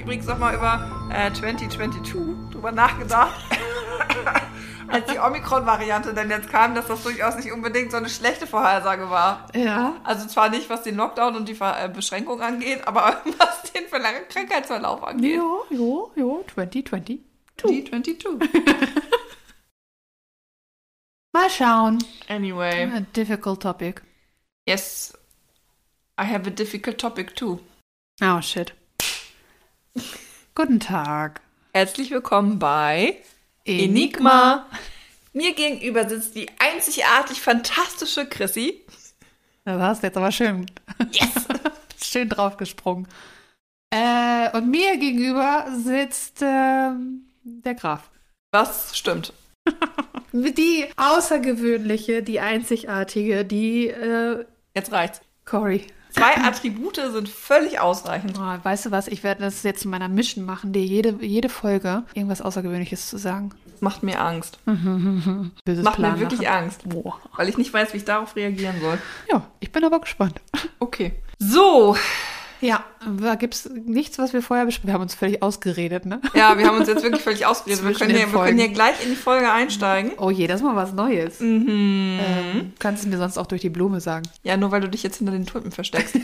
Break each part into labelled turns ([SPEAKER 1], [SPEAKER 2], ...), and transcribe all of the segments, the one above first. [SPEAKER 1] übrigens nochmal über äh, 2022 drüber nachgedacht, als die Omikron-Variante denn jetzt kam, dass das durchaus nicht unbedingt so eine schlechte Vorhersage war.
[SPEAKER 2] Ja.
[SPEAKER 1] Also zwar nicht, was den Lockdown und die Ver äh, Beschränkung angeht, aber was den verlangen Krankheitsverlauf angeht.
[SPEAKER 2] Jo, jo, jo, 2020.
[SPEAKER 1] Die 22.
[SPEAKER 2] Mal schauen.
[SPEAKER 1] Anyway.
[SPEAKER 2] A difficult topic.
[SPEAKER 1] Yes. I have a difficult topic too.
[SPEAKER 2] Oh, shit. Guten Tag.
[SPEAKER 1] Herzlich willkommen bei Enigma. Mir gegenüber sitzt die einzigartig fantastische Chrissy.
[SPEAKER 2] Das hast du jetzt aber schön.
[SPEAKER 1] Yes!
[SPEAKER 2] schön draufgesprungen. Äh, und mir gegenüber sitzt ähm, der Graf.
[SPEAKER 1] Was stimmt?
[SPEAKER 2] Die außergewöhnliche, die einzigartige, die äh,
[SPEAKER 1] Jetzt reicht's.
[SPEAKER 2] Cory.
[SPEAKER 1] Zwei Attribute sind völlig ausreichend.
[SPEAKER 2] Oh, weißt du was? Ich werde das jetzt zu meiner Mission machen, dir jede, jede Folge irgendwas Außergewöhnliches zu sagen.
[SPEAKER 1] Das macht mir Angst.
[SPEAKER 2] Böses
[SPEAKER 1] Macht
[SPEAKER 2] Plan
[SPEAKER 1] mir wirklich
[SPEAKER 2] machen.
[SPEAKER 1] Angst,
[SPEAKER 2] Boah.
[SPEAKER 1] weil ich nicht weiß, wie ich darauf reagieren soll.
[SPEAKER 2] Ja, ich bin aber gespannt.
[SPEAKER 1] Okay. So,
[SPEAKER 2] Ja, da gibt's nichts, was wir vorher besprechen. Wir haben uns völlig ausgeredet, ne?
[SPEAKER 1] ja, wir haben uns jetzt wirklich völlig ausgeredet. Wir
[SPEAKER 2] Zwischen
[SPEAKER 1] können,
[SPEAKER 2] den
[SPEAKER 1] hier, wir
[SPEAKER 2] Folgen.
[SPEAKER 1] können hier gleich in die Folge einsteigen.
[SPEAKER 2] Oh je, das ist mal was Neues.
[SPEAKER 1] Mhm.
[SPEAKER 2] Ähm, kannst du es mir sonst auch durch die Blume sagen?
[SPEAKER 1] Ja, nur weil du dich jetzt hinter den Tulpen versteckst.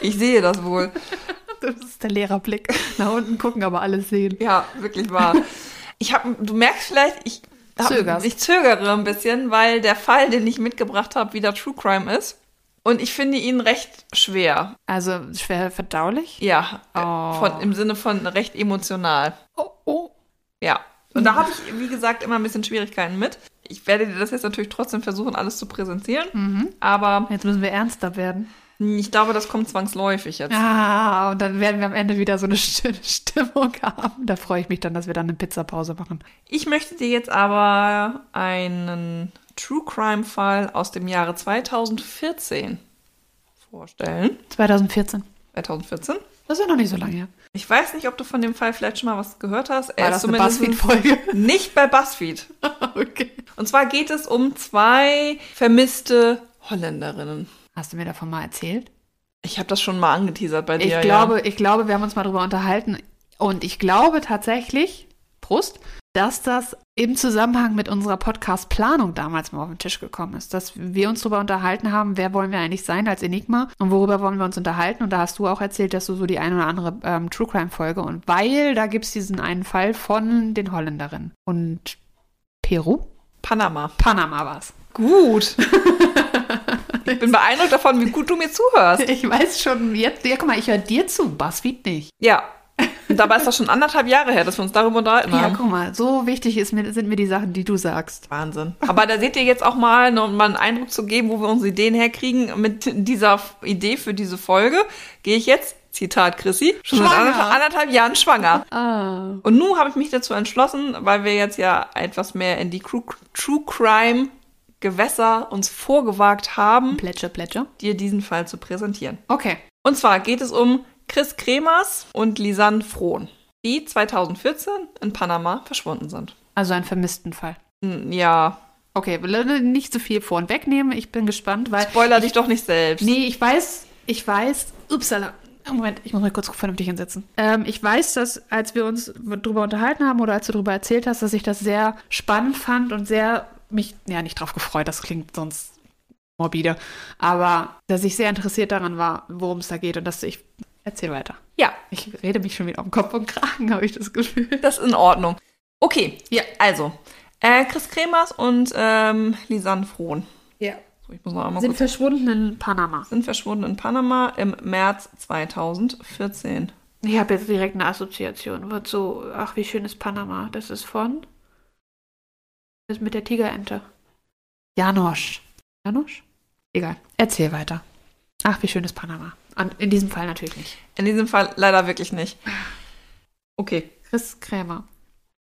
[SPEAKER 1] Ich sehe das wohl.
[SPEAKER 2] Das ist der Lehrerblick. Nach unten gucken, aber alles sehen.
[SPEAKER 1] Ja, wirklich wahr. Ich habe, du merkst vielleicht, ich hab,
[SPEAKER 2] Zögerst.
[SPEAKER 1] ich zögere ein bisschen, weil der Fall, den ich mitgebracht habe, wieder True Crime ist. Und ich finde ihn recht schwer.
[SPEAKER 2] Also schwer verdaulich?
[SPEAKER 1] Ja, äh,
[SPEAKER 2] Oh.
[SPEAKER 1] von, im Sinne von recht emotional.
[SPEAKER 2] Oh, oh.
[SPEAKER 1] Ja. Und da habe ich, wie gesagt, immer ein bisschen Schwierigkeiten mit. Ich werde dir das jetzt natürlich trotzdem versuchen, alles zu präsentieren.
[SPEAKER 2] Mhm.
[SPEAKER 1] Aber
[SPEAKER 2] Jetzt müssen wir ernster werden.
[SPEAKER 1] ich glaube, das kommt zwangsläufig jetzt.
[SPEAKER 2] Ah, und dann werden wir am Ende wieder so eine schöne Stimmung haben. Da freue ich mich dann, dass wir dann eine Pizzapause machen.
[SPEAKER 1] Ich möchte dir jetzt aber einen True Crime Fall aus dem Jahre 2014 vorstellen.
[SPEAKER 2] 2014.
[SPEAKER 1] 2014.
[SPEAKER 2] Das ist ja noch nicht so lange her.
[SPEAKER 1] Ich weiß nicht, ob du von dem Fall vielleicht schon mal was gehört hast. Er
[SPEAKER 2] War
[SPEAKER 1] ist
[SPEAKER 2] das eine
[SPEAKER 1] zumindest
[SPEAKER 2] Buzzfeed-Folge?
[SPEAKER 1] nicht bei BuzzFeed.
[SPEAKER 2] okay.
[SPEAKER 1] Und zwar geht es um zwei vermisste Holländerinnen.
[SPEAKER 2] Hast du mir davon mal erzählt?
[SPEAKER 1] Ich habe das schon mal angeteasert bei dir.
[SPEAKER 2] Ich
[SPEAKER 1] ja.
[SPEAKER 2] glaube, ich glaube, wir haben uns mal drüber unterhalten. Und ich glaube tatsächlich, Prost, dass das im Zusammenhang mit unserer Podcast-Planung damals mal auf den Tisch gekommen ist. Dass wir uns drüber unterhalten haben, wer wollen wir eigentlich sein als Enigma und worüber wollen wir uns unterhalten. Und da hast du auch erzählt, dass du so die eine oder andere ähm, True Crime-Folge und weil, da gibt es diesen einen Fall von den Holländerinnen. Und Peru?
[SPEAKER 1] Panama.
[SPEAKER 2] Panama war es.
[SPEAKER 1] Gut. ich bin beeindruckt davon, wie gut du mir zuhörst.
[SPEAKER 2] Ich weiß schon, jetzt, ja, guck mal, ich höre dir zu, BuzzFeed nicht.
[SPEAKER 1] Ja. Und dabei ist das schon anderthalb Jahre her, dass wir uns darüber unterhalten
[SPEAKER 2] Ja,
[SPEAKER 1] haben.
[SPEAKER 2] guck mal, so wichtig ist mir, sind mir die Sachen, die du sagst.
[SPEAKER 1] Wahnsinn. Aber da seht ihr jetzt auch mal, ne, um mal einen Eindruck zu geben, wo wir unsere Ideen herkriegen. Mit dieser F- Idee für diese Folge gehe ich jetzt, Zitat Chrissy, schon seit
[SPEAKER 2] Schwanger.
[SPEAKER 1] anderthalb, anderthalb Jahren schwanger.
[SPEAKER 2] Ah.
[SPEAKER 1] Und nun habe ich mich dazu entschlossen, weil wir jetzt ja etwas mehr in die Cru- True Crime Gewässer uns vorgewagt haben,
[SPEAKER 2] Plätscher, plätscher.
[SPEAKER 1] dir diesen Fall zu präsentieren.
[SPEAKER 2] Okay.
[SPEAKER 1] Und zwar geht es um Chris Kremers und Lisanne Frohn, die 2014 in Panama verschwunden sind.
[SPEAKER 2] Also ein vermissten Fall.
[SPEAKER 1] Hm, Ja,
[SPEAKER 2] Okay, wir lernen nicht so viel vor und wegnehmen. Ich bin gespannt, weil.
[SPEAKER 1] spoiler dich doch nicht selbst.
[SPEAKER 2] Nee, ich weiß, ich weiß. Upsala. Moment, ich muss mich kurz vernünftig hinsetzen. Ähm, ich weiß, dass als wir uns drüber unterhalten haben oder als du darüber erzählt hast, dass ich das sehr spannend fand und sehr mich, ja, nicht drauf gefreut, das klingt sonst morbide, aber dass ich sehr interessiert daran war, worum es da geht und dass ich. Erzähl weiter.
[SPEAKER 1] Ja,
[SPEAKER 2] Ich rede mich schon wieder um Kopf und Kragen, habe ich das Gefühl.
[SPEAKER 1] Das ist in Ordnung. Okay,
[SPEAKER 2] Ja.
[SPEAKER 1] also. Äh, Chris Kremers und ähm, Lisanne Frohn.
[SPEAKER 2] Ja.
[SPEAKER 1] So, ich muss noch einmal
[SPEAKER 2] Sind
[SPEAKER 1] kurz.
[SPEAKER 2] verschwunden in Panama.
[SPEAKER 1] Sind verschwunden in Panama im März 2014.
[SPEAKER 2] Ich habe jetzt direkt eine Assoziation. Wird so, ach, wie schön ist Panama. Das ist von. Das ist mit der Tigerente. Janosch. Janosch? Egal. Erzähl weiter. Ach, wie schön ist Panama. An, in diesem Fall natürlich nicht.
[SPEAKER 1] In diesem Fall leider wirklich nicht. Okay.
[SPEAKER 2] Chris Krämer.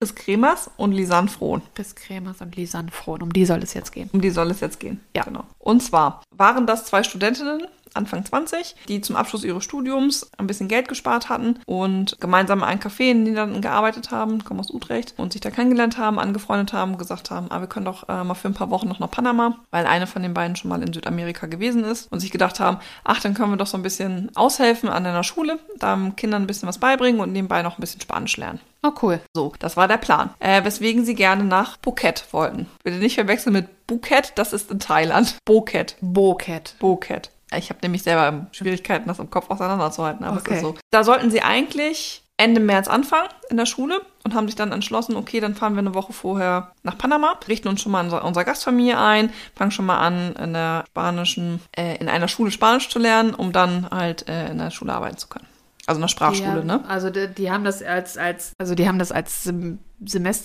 [SPEAKER 1] Chris Kremers und Lisanne Frohn.
[SPEAKER 2] Chris Krämers und Lisanne Frohn. Um die soll es jetzt gehen.
[SPEAKER 1] Um die soll es jetzt gehen.
[SPEAKER 2] Ja.
[SPEAKER 1] Genau. Und zwar waren das zwei Studentinnen Anfang 20, die zum Abschluss ihres Studiums ein bisschen Geld gespart hatten und gemeinsam in einem Café in den Niederlanden gearbeitet haben, kommen aus Utrecht und sich da kennengelernt haben, angefreundet haben, gesagt haben, ah, wir können doch äh, mal für ein paar Wochen noch nach Panama, weil eine von den beiden schon mal in Südamerika gewesen ist und sich gedacht haben, ach, dann können wir doch so ein bisschen aushelfen an einer Schule, da Kindern ein bisschen was beibringen und nebenbei noch ein bisschen Spanisch lernen.
[SPEAKER 2] Oh, cool.
[SPEAKER 1] So, das war der Plan. Äh, weswegen sie gerne nach Phuket wollten. Bitte nicht verwechseln mit Phuket, das ist in Thailand. Phuket.
[SPEAKER 2] Boket.
[SPEAKER 1] Phuket. Ich habe nämlich selber Schwierigkeiten, das im Kopf auseinanderzuhalten, aber
[SPEAKER 2] Okay.
[SPEAKER 1] es ist so. Da sollten sie eigentlich Ende März anfangen in der Schule und haben sich dann entschlossen, okay, dann fahren wir eine Woche vorher nach Panama, richten uns schon mal in unser- unserer Gastfamilie ein, fangen schon mal an, in der spanischen, äh, in einer Schule Spanisch zu lernen, um dann halt äh, in der Schule arbeiten zu können. Also in der Sprachschule,
[SPEAKER 2] ja,
[SPEAKER 1] ne?
[SPEAKER 2] Also die, die haben das als, als, also die haben das als Sem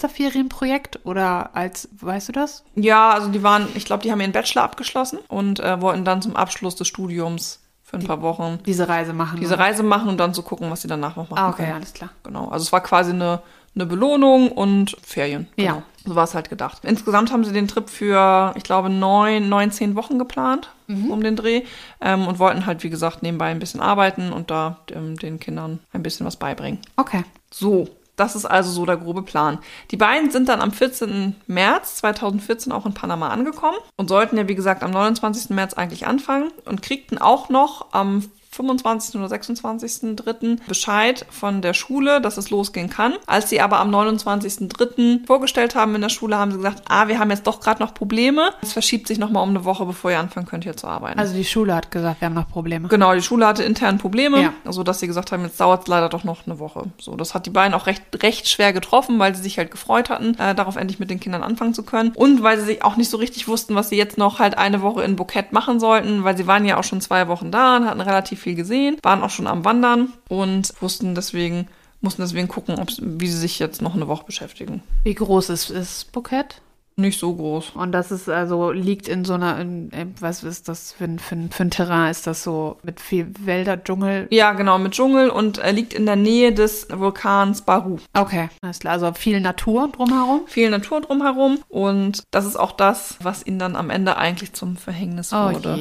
[SPEAKER 2] Semesterferienprojekt oder als, weißt du das?
[SPEAKER 1] Ja, also die waren, ich glaube, die haben ihren Bachelor abgeschlossen und äh, wollten dann zum Abschluss des Studiums für ein paar Wochen
[SPEAKER 2] Diese Reise machen.
[SPEAKER 1] diese Reise machen und dann zu gucken, was sie danach noch machen
[SPEAKER 2] Ah, okay,
[SPEAKER 1] können.
[SPEAKER 2] alles klar.
[SPEAKER 1] Genau. Also es war quasi eine, eine Belohnung und Ferien. Genau.
[SPEAKER 2] Ja.
[SPEAKER 1] So war es halt gedacht. Insgesamt haben sie den Trip für, ich glaube, neun, neun, zehn Wochen geplant um den Dreh ähm, und wollten halt, wie gesagt, nebenbei ein bisschen arbeiten und da ähm, den Kindern ein bisschen was beibringen.
[SPEAKER 2] Okay.
[SPEAKER 1] So, das ist also so der grobe Plan. Die beiden sind dann am 14. März 2014 auch in Panama angekommen und sollten ja, wie gesagt, am 29. März eigentlich anfangen und kriegten auch noch am 25. oder 26.3. Bescheid von der Schule, dass es losgehen kann. Als sie aber am 29.3. vorgestellt haben in der Schule, haben sie gesagt, ah, wir haben jetzt doch gerade noch Probleme. Es verschiebt sich nochmal um eine Woche, bevor ihr anfangen könnt, hier zu arbeiten.
[SPEAKER 2] Also die Schule hat gesagt, wir haben noch Probleme.
[SPEAKER 1] Genau, die Schule hatte intern Probleme,
[SPEAKER 2] Ja.
[SPEAKER 1] also dass sie gesagt haben, jetzt dauert es leider doch noch eine Woche. So, das hat die beiden auch recht, recht schwer getroffen, weil sie sich halt gefreut hatten, äh, darauf endlich mit den Kindern anfangen zu können und weil sie sich auch nicht so richtig wussten, was sie jetzt noch halt eine Woche in Bukett machen sollten, weil sie waren ja auch schon zwei Wochen da und hatten relativ viel gesehen, waren auch schon am Wandern und wussten deswegen mussten deswegen gucken, ob's- wie sie sich jetzt noch eine Woche beschäftigen.
[SPEAKER 2] Wie groß ist, ist Bukett?
[SPEAKER 1] Nicht so groß.
[SPEAKER 2] Und das ist also, liegt in so einer, in, in, was ist das für ein, für, ein, für ein Terrain? Ist das so mit viel Wälder, Dschungel?
[SPEAKER 1] Ja, genau, mit Dschungel und äh, liegt in der Nähe des Vulkans Baru.
[SPEAKER 2] Okay, alles klar. Also viel Natur drumherum.
[SPEAKER 1] viel Natur drumherum und das ist auch das, was ihnen dann am Ende eigentlich zum Verhängnis wurde,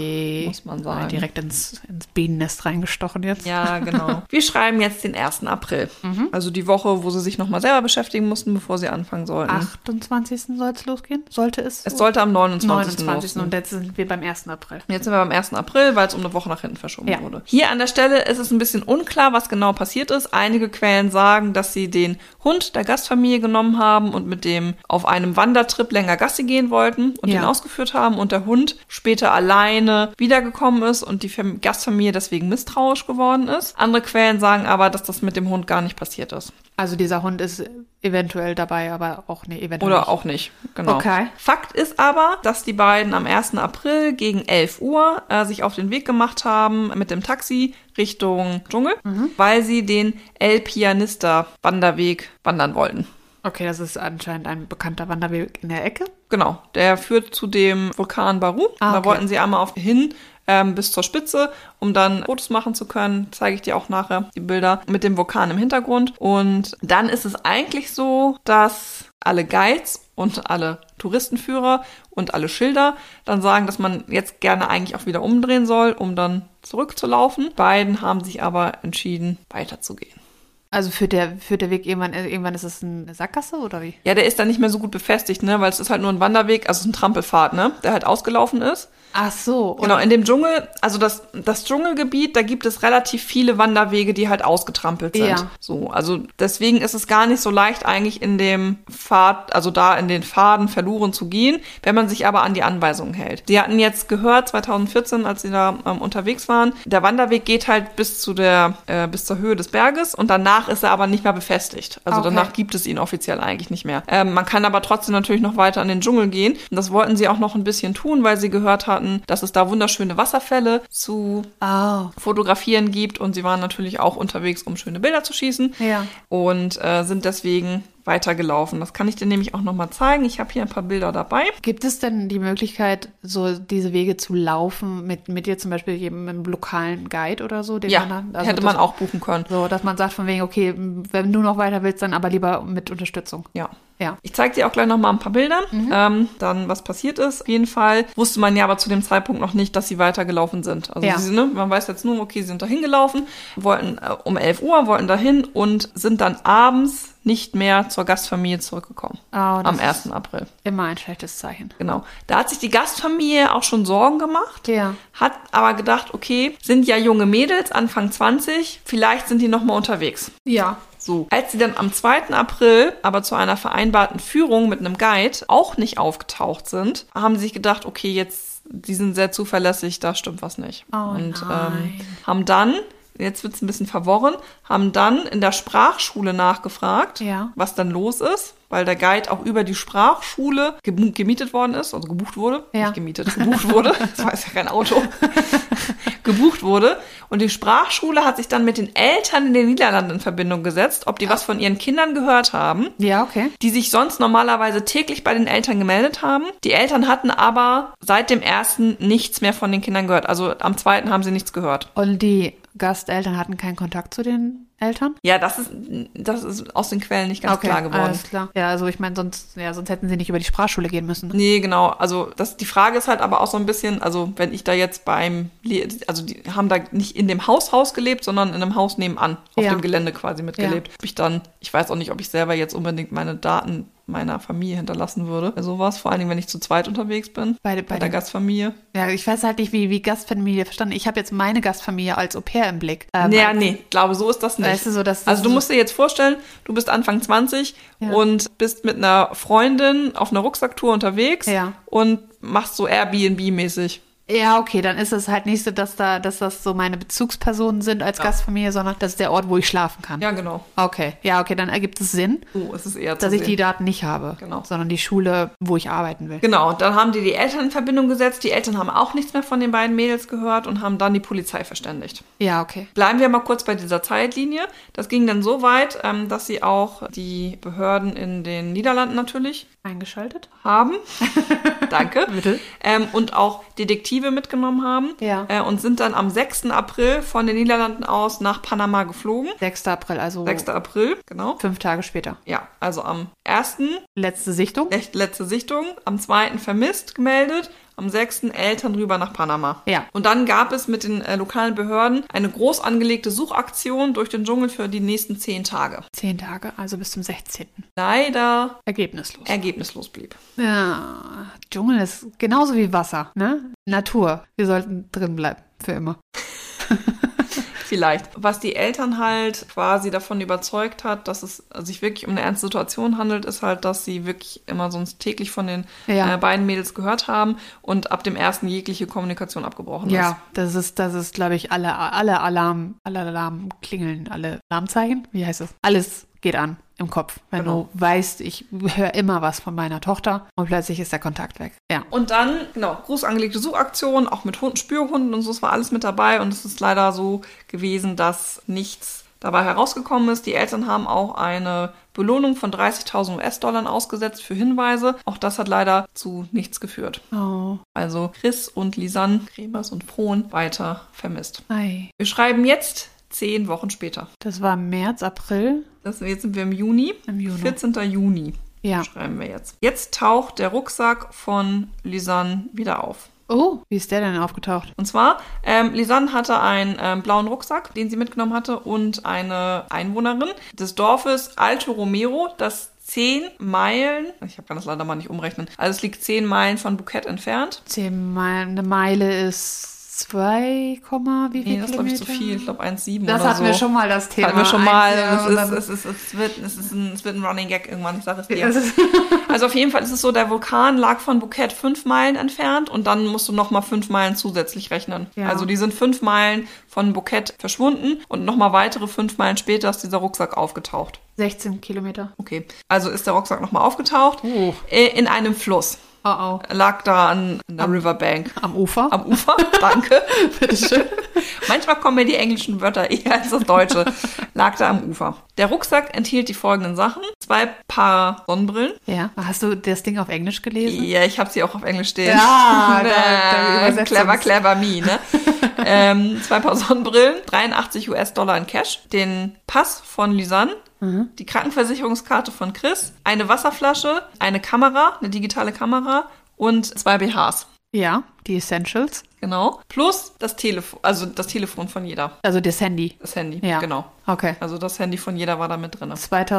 [SPEAKER 1] muss man sagen.
[SPEAKER 2] Oh Ah, Direkt ins, ins Bienennest reingestochen jetzt.
[SPEAKER 1] Ja, genau. Wir schreiben jetzt den 1. April,
[SPEAKER 2] Mhm.
[SPEAKER 1] also die Woche, wo sie sich nochmal selber beschäftigen mussten, bevor sie anfangen sollten.
[SPEAKER 2] 28. soll es losgehen? Sollte es?
[SPEAKER 1] Es sollte am 29.
[SPEAKER 2] 29.
[SPEAKER 1] losgehen.
[SPEAKER 2] und jetzt sind wir beim 1. April.
[SPEAKER 1] Und Jetzt sind wir beim 1. April, weil es um eine Woche nach hinten verschoben
[SPEAKER 2] Ja.
[SPEAKER 1] wurde. Hier an der Stelle ist es ein bisschen unklar, was genau passiert ist. Einige Quellen sagen, dass sie den Hund der Gastfamilie genommen haben und mit dem auf einem Wandertrip länger Gassi gehen wollten und
[SPEAKER 2] Ja.
[SPEAKER 1] den ausgeführt haben und der Hund später alleine wiedergekommen ist und die Fam Gastfamilie deswegen misstrauisch geworden ist. Andere Quellen sagen aber, dass das mit dem Hund gar nicht passiert ist.
[SPEAKER 2] Also dieser Hund ist eventuell dabei, aber auch nee, eventuell
[SPEAKER 1] Oder
[SPEAKER 2] nicht.
[SPEAKER 1] auch nicht, genau.
[SPEAKER 2] Okay.
[SPEAKER 1] Fakt ist aber, dass die beiden am 1. April gegen 11 Uhr äh, sich auf den Weg gemacht haben mit dem Taxi Richtung Dschungel,
[SPEAKER 2] Mhm.
[SPEAKER 1] weil sie den El Pianista Wanderweg wandern wollten.
[SPEAKER 2] Okay, das ist anscheinend ein bekannter Wanderweg in der Ecke.
[SPEAKER 1] Genau, der führt zu dem Vulkan Baru.
[SPEAKER 2] Ah,
[SPEAKER 1] Da
[SPEAKER 2] okay.
[SPEAKER 1] wollten sie einmal auf, hin ähm, bis zur Spitze, um dann Fotos machen zu können. Zeige ich dir auch nachher die Bilder mit dem Vulkan im Hintergrund. Und dann ist es eigentlich so, dass alle Guides und alle Touristenführer und alle Schilder dann sagen, dass man jetzt gerne eigentlich auch wieder umdrehen soll, um dann zurückzulaufen. Beiden haben sich aber entschieden, weiterzugehen.
[SPEAKER 2] Also führt der, führt der Weg irgendwann, äh, irgendwann ist es eine Sackgasse oder wie?
[SPEAKER 1] Ja, der ist dann nicht mehr so gut befestigt, ne? Weil es ist halt nur ein Wanderweg, also es ist ein Trampelpfad, ne? Der halt ausgelaufen ist.
[SPEAKER 2] Ach so. Und
[SPEAKER 1] Genau, in dem Dschungel, also das, das Dschungelgebiet, da gibt es relativ viele Wanderwege, die halt ausgetrampelt sind.
[SPEAKER 2] Ja.
[SPEAKER 1] So, also deswegen ist es gar nicht so leicht, eigentlich in dem Pfad, also da in den Pfaden verloren zu gehen, wenn man sich aber an die Anweisungen hält. Sie hatten jetzt gehört, 2014, als sie da ähm, unterwegs waren, der Wanderweg geht halt bis zu der, äh, bis zur Höhe des Berges und danach ist er aber nicht mehr befestigt. Also
[SPEAKER 2] Okay.
[SPEAKER 1] danach gibt es ihn offiziell eigentlich nicht mehr. Ähm, man kann aber trotzdem natürlich noch weiter in den Dschungel gehen. Und das wollten sie auch noch ein bisschen tun, weil sie gehört hatten, dass es da wunderschöne Wasserfälle zu
[SPEAKER 2] Ah,
[SPEAKER 1] fotografieren gibt. Und sie waren natürlich auch unterwegs, um schöne Bilder zu schießen.
[SPEAKER 2] Ja.
[SPEAKER 1] Und äh, sind deswegen weitergelaufen. Das kann ich dir nämlich auch nochmal zeigen. Ich habe hier ein paar Bilder dabei.
[SPEAKER 2] Gibt es denn die Möglichkeit, so diese Wege zu laufen, mit, mit dir zum Beispiel jemandem lokalen Guide oder so? Den
[SPEAKER 1] Ja,
[SPEAKER 2] dann- also
[SPEAKER 1] hätte
[SPEAKER 2] das-
[SPEAKER 1] man auch buchen können.
[SPEAKER 2] So, dass man sagt von wegen, okay, wenn du noch weiter willst, dann aber lieber mit Unterstützung.
[SPEAKER 1] Ja,
[SPEAKER 2] Ja.
[SPEAKER 1] Ich zeige dir auch gleich nochmal ein paar Bilder,
[SPEAKER 2] Mhm.
[SPEAKER 1] ähm, dann was passiert ist. Auf jeden Fall wusste man ja aber zu dem Zeitpunkt noch nicht, dass sie weitergelaufen sind. Also
[SPEAKER 2] Ja.
[SPEAKER 1] sie, ne, man weiß jetzt nur, okay, sie sind dahin gelaufen, wollten äh, um 11 Uhr, wollten dahin und sind dann abends nicht mehr zur Gastfamilie zurückgekommen.
[SPEAKER 2] Ah, und das
[SPEAKER 1] am
[SPEAKER 2] ist-
[SPEAKER 1] 1. April.
[SPEAKER 2] Immer ein schlechtes Zeichen.
[SPEAKER 1] Genau. Da hat sich die Gastfamilie auch schon Sorgen gemacht.
[SPEAKER 2] Ja.
[SPEAKER 1] Hat aber gedacht, okay, sind ja junge Mädels, Anfang 20, vielleicht sind die nochmal unterwegs.
[SPEAKER 2] Ja.
[SPEAKER 1] So. Als sie dann am 2. April aber zu einer vereinbarten Führung mit einem Guide auch nicht aufgetaucht sind, haben sie sich gedacht, okay, jetzt, die sind sehr zuverlässig, da stimmt was nicht.
[SPEAKER 2] Oh
[SPEAKER 1] Und
[SPEAKER 2] nein.
[SPEAKER 1] Ähm, haben dann, jetzt wird's ein bisschen verworren, haben dann in der Sprachschule nachgefragt,
[SPEAKER 2] Ja.
[SPEAKER 1] was dann los ist, weil der Guide auch über die Sprachschule gemu- gemietet worden ist, also gebucht wurde,
[SPEAKER 2] Ja.
[SPEAKER 1] nicht gemietet, gebucht wurde, das war jetzt ja kein Auto, gebucht wurde. Und die Sprachschule hat sich dann mit den Eltern in den Niederlanden in Verbindung gesetzt, ob die was von ihren Kindern gehört haben,
[SPEAKER 2] Ja, okay.
[SPEAKER 1] die sich sonst normalerweise täglich bei den Eltern gemeldet haben. Die Eltern hatten aber seit dem ersten nichts mehr von den Kindern gehört. Also am zweiten haben sie nichts gehört.
[SPEAKER 2] Und die Gasteltern hatten keinen Kontakt zu den Eltern?
[SPEAKER 1] Ja, das ist, das ist aus den Quellen nicht ganz klar geworden.
[SPEAKER 2] alles klar. Ja, also ich meine, sonst, ja, sonst hätten sie nicht über die Sprachschule gehen müssen.
[SPEAKER 1] Nee, genau. Also das, die Frage ist halt aber auch so ein bisschen, also wenn ich da jetzt beim, Le- also die haben da nicht in dem Haus Haus gelebt, sondern in einem Haus nebenan, auf
[SPEAKER 2] Ja.
[SPEAKER 1] dem Gelände quasi mitgelebt. Ob ich dann, ich weiß auch nicht, ob ich selber jetzt unbedingt meine Daten meiner Familie hinterlassen würde. Bei Sowas, vor allen Dingen, wenn ich zu zweit unterwegs bin,
[SPEAKER 2] Bei-
[SPEAKER 1] bei,
[SPEAKER 2] bei
[SPEAKER 1] der
[SPEAKER 2] den-
[SPEAKER 1] Gastfamilie.
[SPEAKER 2] Ja, ich weiß halt nicht, wie, wie Gastfamilie verstanden. Ich habe jetzt meine Gastfamilie als Au-pair im Blick. Ähm,
[SPEAKER 1] Naja, nee, glaube, so ist das nicht.
[SPEAKER 2] Weißt du, so, dass-
[SPEAKER 1] also du musst dir jetzt vorstellen, du bist Anfang 20
[SPEAKER 2] Ja.
[SPEAKER 1] und bist mit einer Freundin auf einer Rucksacktour unterwegs
[SPEAKER 2] Ja.
[SPEAKER 1] und machst so Airbnb-mäßig.
[SPEAKER 2] Ja, okay, dann ist es halt nicht so, dass da, dass das so meine Bezugspersonen sind als Gastfamilie, sondern das ist der Ort, wo ich schlafen kann.
[SPEAKER 1] Ja, genau.
[SPEAKER 2] Okay. Ja, okay, dann ergibt es Sinn,
[SPEAKER 1] So ist Oh, es eher zu
[SPEAKER 2] dass ich
[SPEAKER 1] sehen.
[SPEAKER 2] die Daten nicht habe,
[SPEAKER 1] Genau.
[SPEAKER 2] sondern die Schule, wo ich arbeiten will.
[SPEAKER 1] Genau, und dann haben die die Eltern in Verbindung gesetzt. Die Eltern haben auch nichts mehr von den beiden Mädels gehört und haben dann die Polizei verständigt.
[SPEAKER 2] Ja, okay.
[SPEAKER 1] Bleiben wir mal kurz bei dieser Zeitlinie. Das ging dann so weit, ähm, dass sie auch die Behörden in den Niederlanden natürlich
[SPEAKER 2] Eingeschaltet?
[SPEAKER 1] haben. Danke.
[SPEAKER 2] Bitte.
[SPEAKER 1] Ähm, und auch Detektive mitgenommen haben.
[SPEAKER 2] Ja.
[SPEAKER 1] Äh, und sind dann am 6. April von den Niederlanden aus nach Panama geflogen.
[SPEAKER 2] 6. April, also
[SPEAKER 1] 6. April, genau.
[SPEAKER 2] fünf Tage später.
[SPEAKER 1] Ja, also am 1.
[SPEAKER 2] Letzte Sichtung?
[SPEAKER 1] Echt letzte Sichtung, am 2. vermisst gemeldet, am 6. Eltern rüber nach Panama.
[SPEAKER 2] Ja.
[SPEAKER 1] Und dann gab es mit den äh, lokalen Behörden eine groß angelegte Suchaktion durch den Dschungel für die nächsten zehn Tage.
[SPEAKER 2] Zehn Tage, also bis zum 16.
[SPEAKER 1] Leider
[SPEAKER 2] Ergebnislos.
[SPEAKER 1] ergebnislos blieb.
[SPEAKER 2] Ja, Dschungel ist genauso wie Wasser, ne? Natur. Wir sollten drin bleiben. Für immer.
[SPEAKER 1] Vielleicht. Was die Eltern halt quasi davon überzeugt hat, dass es sich wirklich um eine ernste Situation handelt, ist halt, dass sie wirklich immer sonst täglich von den
[SPEAKER 2] Ja.
[SPEAKER 1] äh, beiden Mädels gehört haben und ab dem ersten jegliche Kommunikation abgebrochen ist.
[SPEAKER 2] Ja, das ist, das ist, glaube ich, alle, alle Alarm, alle Alarmklingeln, alle Alarmzeichen. Wie heißt das? Alles geht an im Kopf. Wenn
[SPEAKER 1] Genau.
[SPEAKER 2] du weißt, ich höre immer was von meiner Tochter und plötzlich ist der Kontakt weg. Ja.
[SPEAKER 1] Und dann, genau, groß angelegte Suchaktion, auch mit Hunden, Spürhunden und so, es war alles mit dabei. Und es ist leider so gewesen, dass nichts dabei herausgekommen ist. Die Eltern haben auch eine Belohnung von 30.000 US-Dollar ausgesetzt für Hinweise. Auch das hat leider zu nichts geführt.
[SPEAKER 2] Oh,
[SPEAKER 1] Also Chris und Lisanne, Kremers und Frohn weiter vermisst.
[SPEAKER 2] ei.
[SPEAKER 1] Wir schreiben jetzt zehn Wochen später.
[SPEAKER 2] Das war März, April.
[SPEAKER 1] Das, jetzt sind wir im Juni.
[SPEAKER 2] Im Juni.
[SPEAKER 1] 14. Juni
[SPEAKER 2] Ja.
[SPEAKER 1] schreiben wir jetzt. Jetzt taucht der Rucksack von Lisanne wieder auf.
[SPEAKER 2] Oh, wie ist der denn aufgetaucht?
[SPEAKER 1] Und zwar, ähm, Lisanne hatte einen ähm, blauen Rucksack, den sie mitgenommen hatte, und eine Einwohnerin des Dorfes Alto Romero, das 10 Meilen, ich hab- kann das leider mal nicht umrechnen, also es liegt 10 Meilen von Bouquet entfernt.
[SPEAKER 2] Zehn Meilen, eine Meile ist 2, Komma wie viel
[SPEAKER 1] Nee, das ist, glaube ich,
[SPEAKER 2] Kilometer?
[SPEAKER 1] zu viel. Ich glaube, 1,7 oder
[SPEAKER 2] Das
[SPEAKER 1] so.
[SPEAKER 2] hatten wir schon mal, das Thema.
[SPEAKER 1] Hatten wir schon mal.
[SPEAKER 2] Eins, ja, und
[SPEAKER 1] Es,
[SPEAKER 2] dann-
[SPEAKER 1] ist, es, ist, es, wird, es, ist ein, es wird ein Running Gag irgendwann, ich sage es
[SPEAKER 2] Das
[SPEAKER 1] dir.
[SPEAKER 2] ist-
[SPEAKER 1] Also auf jeden Fall ist es so, der Vulkan lag von Bouquet fünf Meilen entfernt und dann musst du nochmal fünf Meilen zusätzlich rechnen.
[SPEAKER 2] Ja.
[SPEAKER 1] Also die sind fünf Meilen von Bouquet verschwunden und nochmal weitere fünf Meilen später ist dieser Rucksack aufgetaucht.
[SPEAKER 2] 16 Kilometer.
[SPEAKER 1] Okay, also ist der Rucksack nochmal aufgetaucht
[SPEAKER 2] Oh.
[SPEAKER 1] äh, in einem Fluss.
[SPEAKER 2] Oh, oh.
[SPEAKER 1] Lag da an, an der Riverbank
[SPEAKER 2] Am Ufer?
[SPEAKER 1] am Ufer. Danke.
[SPEAKER 2] Bitteschön.
[SPEAKER 1] Manchmal kommen mir die englischen Wörter eher als das deutsche. Lag da am Ufer. Der Rucksack enthielt die folgenden Sachen. Zwei Paar Sonnenbrillen.
[SPEAKER 2] Ja. Hast du das Ding auf Englisch gelesen?
[SPEAKER 1] Ja, ich habe sie auch auf Englisch stehen.
[SPEAKER 2] Ja, da- da
[SPEAKER 1] da,
[SPEAKER 2] übersetzt
[SPEAKER 1] clever,
[SPEAKER 2] uns.
[SPEAKER 1] clever me, ne? ähm, zwei Paar Sonnenbrillen, 83 US-Dollar in Cash, den Pass von Lisanne,
[SPEAKER 2] Mhm.
[SPEAKER 1] die Krankenversicherungskarte von Chris, eine Wasserflasche, eine Kamera, eine digitale Kamera und zwei BHs.
[SPEAKER 2] Ja, die Essentials.
[SPEAKER 1] Genau. Plus das Telefon, also das Telefon von jeder.
[SPEAKER 2] Also das Handy.
[SPEAKER 1] Das Handy.
[SPEAKER 2] Ja.
[SPEAKER 1] Genau.
[SPEAKER 2] Okay.
[SPEAKER 1] Also das Handy von jeder war da mit drin.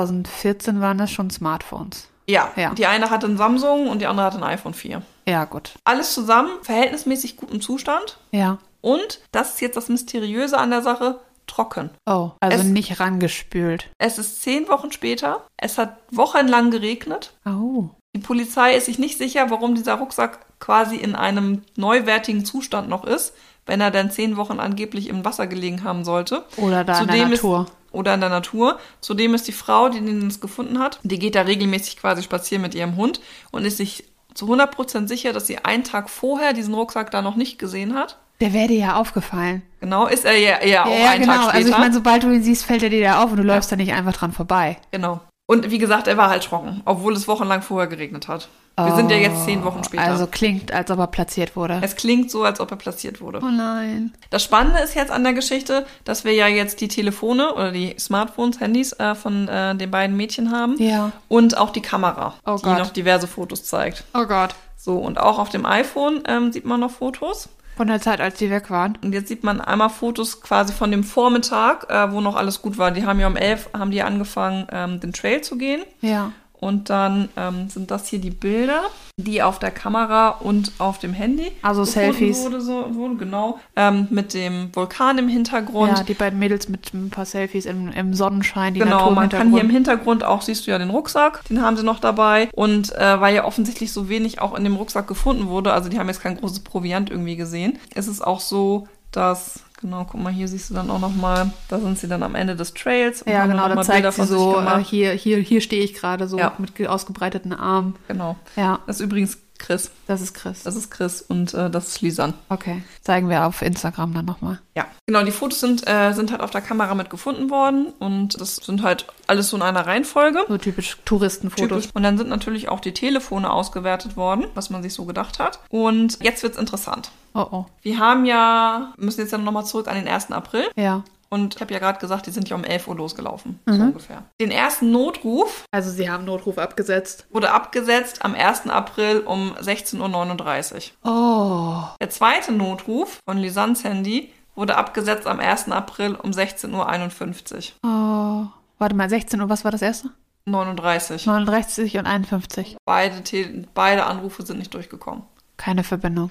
[SPEAKER 2] 2014 waren das schon Smartphones.
[SPEAKER 1] Ja.
[SPEAKER 2] Ja.
[SPEAKER 1] Die eine hatte ein Samsung und die andere hatte ein iPhone 4.
[SPEAKER 2] Ja, gut.
[SPEAKER 1] Alles zusammen, verhältnismäßig gutem Zustand.
[SPEAKER 2] Ja.
[SPEAKER 1] Und, das ist jetzt das Mysteriöse an der Sache, trocken.
[SPEAKER 2] Oh, also
[SPEAKER 1] Es-
[SPEAKER 2] nicht rangespült.
[SPEAKER 1] Es ist zehn Wochen später. Es hat wochenlang geregnet.
[SPEAKER 2] Oh.
[SPEAKER 1] Die Polizei ist sich nicht sicher, warum dieser Rucksack quasi in einem neuwertigen Zustand noch ist, wenn er dann zehn Wochen angeblich im Wasser gelegen haben sollte.
[SPEAKER 2] Oder da in der Natur.
[SPEAKER 1] Ist, oder in der Natur. Zudem ist die Frau, die den jetzt gefunden hat, die geht da regelmäßig quasi spazieren mit ihrem Hund und ist sich zu 100% sicher, dass sie einen Tag vorher diesen Rucksack da noch nicht gesehen hat.
[SPEAKER 2] Der wäre dir ja aufgefallen.
[SPEAKER 1] Genau, ist er ja, ja auch
[SPEAKER 2] ja, ja
[SPEAKER 1] einen
[SPEAKER 2] genau.
[SPEAKER 1] Tag später.
[SPEAKER 2] Also ich meine, sobald du ihn siehst, fällt er dir ja auf und du läufst da nicht einfach dran vorbei.
[SPEAKER 1] genau. Und wie gesagt, er war halt trocken, obwohl es wochenlang vorher geregnet hat. Wir sind ja jetzt zehn Wochen später.
[SPEAKER 2] Also klingt, als ob er platziert wurde.
[SPEAKER 1] es klingt so, als ob er platziert wurde.
[SPEAKER 2] oh nein.
[SPEAKER 1] Das Spannende ist jetzt an der Geschichte, dass wir ja jetzt die Telefone oder die Smartphones, Handys äh, von äh, den beiden Mädchen haben.
[SPEAKER 2] Ja.
[SPEAKER 1] Und auch die Kamera,
[SPEAKER 2] Oh
[SPEAKER 1] die
[SPEAKER 2] Gott.
[SPEAKER 1] noch diverse Fotos zeigt.
[SPEAKER 2] Oh Gott.
[SPEAKER 1] So, und auch auf dem iPhone ähm, sieht man noch Fotos.
[SPEAKER 2] Von der Zeit, als die weg waren.
[SPEAKER 1] Und jetzt sieht man einmal Fotos quasi von dem Vormittag, äh, wo noch alles gut war. Die haben ja um 11 haben die angefangen, ähm, den Trail zu gehen.
[SPEAKER 2] Ja.
[SPEAKER 1] Und dann ähm, sind das hier die Bilder, die auf der Kamera und auf dem Handy.
[SPEAKER 2] Also
[SPEAKER 1] gefunden
[SPEAKER 2] Selfies.
[SPEAKER 1] Wurde so, wurde, genau. Ähm, mit dem Vulkan im Hintergrund.
[SPEAKER 2] ja, die beiden Mädels mit ein paar Selfies im, im Sonnenschein, die
[SPEAKER 1] Genau,
[SPEAKER 2] Natur im
[SPEAKER 1] man kann hier im
[SPEAKER 2] Hintergrund.
[SPEAKER 1] Hintergrund auch, siehst du ja den Rucksack, den haben sie noch dabei. Und äh, weil ja offensichtlich so wenig auch in dem Rucksack gefunden wurde, also die haben jetzt kein großes Proviant irgendwie gesehen, ist es auch so, dass, genau, guck mal, hier siehst du dann auch nochmal, da sind sie dann am Ende des Trails. und
[SPEAKER 2] Ja,
[SPEAKER 1] haben
[SPEAKER 2] genau,
[SPEAKER 1] noch
[SPEAKER 2] da
[SPEAKER 1] mal
[SPEAKER 2] zeigt
[SPEAKER 1] Bilder
[SPEAKER 2] sie
[SPEAKER 1] von sich
[SPEAKER 2] so,
[SPEAKER 1] gemacht.
[SPEAKER 2] äh, hier, hier, hier stehe ich gerade so
[SPEAKER 1] Ja.
[SPEAKER 2] mit ge- ausgebreiteten Armen.
[SPEAKER 1] Genau.
[SPEAKER 2] Ja,
[SPEAKER 1] Das ist übrigens Chris.
[SPEAKER 2] das ist Chris.
[SPEAKER 1] Das ist Chris und äh, das ist Lisan.
[SPEAKER 2] Okay, zeigen wir auf Instagram dann nochmal.
[SPEAKER 1] Ja. Genau, die Fotos sind, äh, sind halt auf der Kamera mit gefunden worden und das sind halt alles so in einer Reihenfolge.
[SPEAKER 2] So typisch Touristenfotos.
[SPEAKER 1] Typisch. Und dann sind natürlich auch die Telefone ausgewertet worden, was man sich so gedacht hat. Und jetzt wird's interessant.
[SPEAKER 2] Oh oh.
[SPEAKER 1] Wir haben ja, müssen jetzt ja nochmal zurück an den 1. April.
[SPEAKER 2] Ja.
[SPEAKER 1] Und ich habe ja gerade gesagt, die sind ja um 11 Uhr losgelaufen. So ungefähr. Den ersten Notruf
[SPEAKER 2] Also sie haben Notruf abgesetzt.
[SPEAKER 1] wurde abgesetzt am 1. April um 16.39 Uhr.
[SPEAKER 2] Oh.
[SPEAKER 1] Der zweite Notruf von Lisans Handy wurde abgesetzt am 1. April um 16.51 Uhr.
[SPEAKER 2] Oh. Warte mal, 16 Uhr, was war das erste?
[SPEAKER 1] 39.
[SPEAKER 2] 39 und 51.
[SPEAKER 1] Beide, Te beide Anrufe sind nicht durchgekommen.
[SPEAKER 2] Keine Verbindung.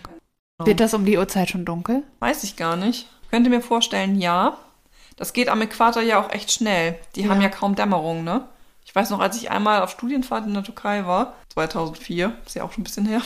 [SPEAKER 1] Genau.
[SPEAKER 2] Wird das um die Uhrzeit schon dunkel?
[SPEAKER 1] Weiß ich gar nicht. Könnte mir vorstellen, ja. Das geht am Äquator ja auch echt schnell. Die haben ja kaum Dämmerung, ne? Ich weiß noch, als ich einmal auf Studienfahrt in der Türkei war, 2004, ist ja auch schon ein bisschen her,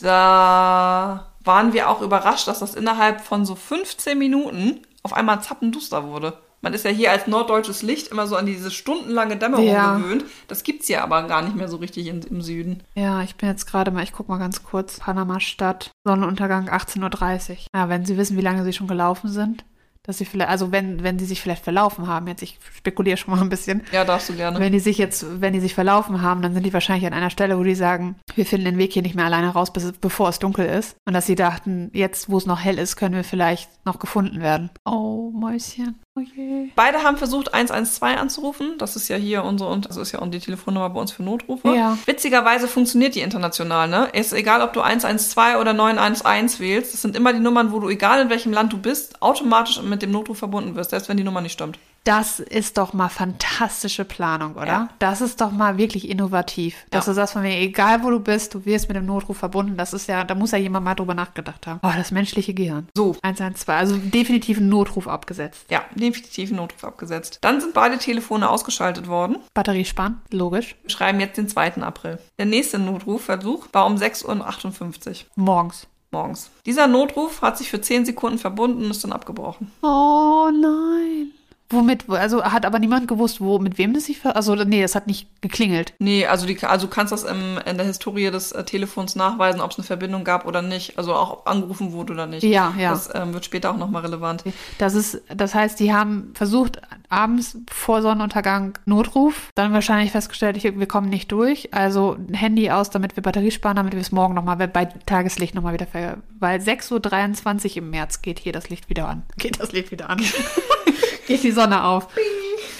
[SPEAKER 1] da waren wir auch überrascht, dass das innerhalb von so 15 Minuten auf einmal zappenduster wurde. Man ist ja hier als norddeutsches Licht immer so an diese stundenlange Dämmerung
[SPEAKER 2] Ja.
[SPEAKER 1] gewöhnt. Das gibt's ja aber gar nicht mehr so richtig in, im Süden.
[SPEAKER 2] Ja, ich bin jetzt gerade mal, ich guck mal ganz kurz. Panama-Stadt, Sonnenuntergang 18.30 Uhr. Ja, wenn sie wissen, wie lange sie schon gelaufen sind, dass sie vielleicht, also wenn, wenn sie sich vielleicht verlaufen haben, jetzt ich spekuliere schon mal ein bisschen.
[SPEAKER 1] Ja, darfst du gerne.
[SPEAKER 2] Wenn die sich jetzt, wenn die sich verlaufen haben, dann sind die wahrscheinlich an einer Stelle, wo die sagen, wir finden den Weg hier nicht mehr alleine raus, bis, bevor es dunkel ist. Und dass sie dachten, jetzt, wo es noch hell ist, können wir vielleicht noch gefunden werden. Oh, Mäuschen. Oh je.
[SPEAKER 1] Beide haben versucht, 112 anzurufen. Das ist ja hier unsere, und das ist ja die Telefonnummer bei uns für Notrufe.
[SPEAKER 2] Ja.
[SPEAKER 1] Witzigerweise funktioniert die international, ne? Ist egal, ob du 112 oder 911 wählst. Das sind immer die Nummern, wo du, egal in welchem Land du bist, automatisch mit dem Notruf verbunden wirst, selbst wenn die Nummer nicht stimmt.
[SPEAKER 2] Das ist doch mal fantastische Planung, oder?
[SPEAKER 1] Ja.
[SPEAKER 2] Das ist doch mal wirklich innovativ. Dass
[SPEAKER 1] Ja.
[SPEAKER 2] du sagst von mir, egal wo du bist, du wirst mit dem Notruf verbunden. Das ist ja, da muss ja jemand mal drüber nachgedacht haben. Oh, das menschliche Gehirn.
[SPEAKER 1] So.
[SPEAKER 2] 112, also definitiv einen Notruf abgesetzt.
[SPEAKER 1] Ja, definitiv einen Notruf abgesetzt. Dann sind beide Telefone ausgeschaltet worden.
[SPEAKER 2] Batterie sparen, logisch.
[SPEAKER 1] Wir schreiben jetzt den 2. April. Der nächste Notrufversuch war um 6.58 Uhr
[SPEAKER 2] Morgens.
[SPEAKER 1] morgens. Dieser Notruf hat sich für 10 Sekunden verbunden und ist dann abgebrochen.
[SPEAKER 2] Oh nein. Womit, also hat aber niemand gewusst, wo, mit wem das sich, ver also nee, das hat nicht geklingelt.
[SPEAKER 1] Nee, also, die, also du kannst das im, in der Historie des äh, Telefons nachweisen, ob es eine Verbindung gab oder nicht. Also auch ob angerufen wurde oder nicht.
[SPEAKER 2] Ja, ja.
[SPEAKER 1] Das ähm, wird später auch nochmal relevant.
[SPEAKER 2] Das ist, das heißt, die haben versucht, abends vor Sonnenuntergang Notruf, dann wahrscheinlich festgestellt, ich, wir kommen nicht durch, also ein Handy aus, damit wir Batterie sparen, damit wir es morgen nochmal bei Tageslicht nochmal wieder ver... Weil 6.23 Uhr im März geht hier das Licht wieder an. Geht das Licht wieder an. geht die Sonne auf.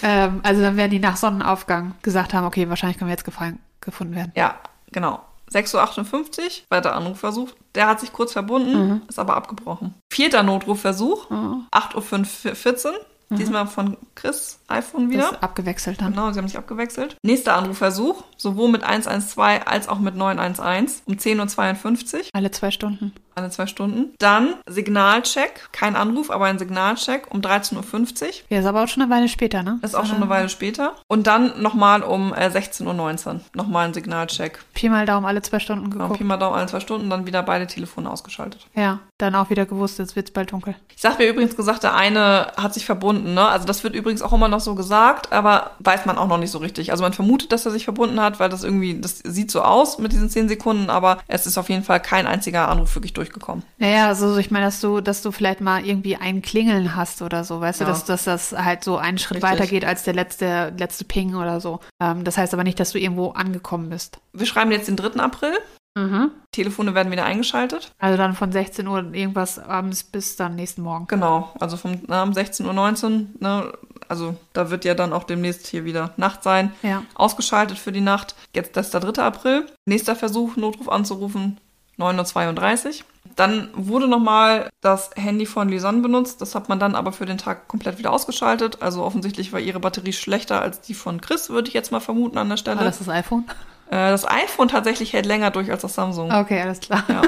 [SPEAKER 2] Ähm, also dann werden die nach Sonnenaufgang gesagt haben, okay, wahrscheinlich können wir jetzt gefangen, gefunden werden.
[SPEAKER 1] Ja, genau. 6.58 Uhr, weiter Anrufversuch. Der hat sich kurz verbunden,
[SPEAKER 2] Mhm.
[SPEAKER 1] ist aber abgebrochen. Vierter Notrufversuch,
[SPEAKER 2] Oh.
[SPEAKER 1] 8.14 Uhr. Diesmal von Chris iPhone wieder.
[SPEAKER 2] Mhm. Das ist abgewechselt dann.
[SPEAKER 1] Genau, sie haben sich abgewechselt. Nächster Anrufversuch, sowohl mit 112 als auch mit 911 um 10.52 Uhr,
[SPEAKER 2] Alle zwei Stunden.
[SPEAKER 1] alle zwei Stunden. Dann Signalcheck, kein Anruf, aber ein Signalcheck um 13.50 Uhr.
[SPEAKER 2] Ja, ist aber auch schon eine Weile später, ne?
[SPEAKER 1] Ist auch schon eine Weile später. Und dann nochmal um äh, 16.19 Uhr. Nochmal ein Signalcheck.
[SPEAKER 2] Pi mal Daumen alle zwei Stunden
[SPEAKER 1] Genau,
[SPEAKER 2] geguckt.
[SPEAKER 1] Pi mal Daumen alle zwei Stunden, dann wieder beide Telefone ausgeschaltet.
[SPEAKER 2] ja, dann auch wieder gewusst, jetzt wird's bald dunkel.
[SPEAKER 1] Ich sag mir übrigens gesagt, der eine hat sich verbunden, ne? Also das wird übrigens auch immer noch so gesagt, aber weiß man auch noch nicht so richtig. Also man vermutet, dass er sich verbunden hat, weil das irgendwie, das sieht so aus mit diesen 10 Sekunden, aber es ist auf jeden Fall kein einziger Anruf wirklich durchgekommen.
[SPEAKER 2] Naja, also ich meine, dass du, dass du vielleicht mal irgendwie ein Klingeln hast oder so, weißt
[SPEAKER 1] Ja.
[SPEAKER 2] du, dass, dass das halt so einen Schritt
[SPEAKER 1] Richtig.
[SPEAKER 2] weitergeht als der letzte, letzte Ping oder so. Ähm, das heißt aber nicht, dass du irgendwo angekommen bist.
[SPEAKER 1] Wir schreiben jetzt den 3. April. Mhm. Telefone werden wieder eingeschaltet.
[SPEAKER 2] Also dann von 16 Uhr irgendwas abends bis dann nächsten Morgen.
[SPEAKER 1] Genau, also vom na, um 16.19 Uhr, ne? Also da wird ja dann auch demnächst hier wieder Nacht sein.
[SPEAKER 2] Ja.
[SPEAKER 1] Ausgeschaltet für die Nacht. Jetzt das ist der 3. April. Nächster Versuch, Notruf anzurufen, 9.32 Uhr. Dann wurde nochmal das Handy von Lisanne benutzt. Das hat man dann aber für den Tag komplett wieder ausgeschaltet. Also offensichtlich war ihre Batterie schlechter als die von Chris, würde ich jetzt mal vermuten an der Stelle.
[SPEAKER 2] War Ah, das das iPhone?
[SPEAKER 1] Äh, das iPhone tatsächlich hält länger durch als das Samsung.
[SPEAKER 2] Okay, alles klar.
[SPEAKER 1] Ja.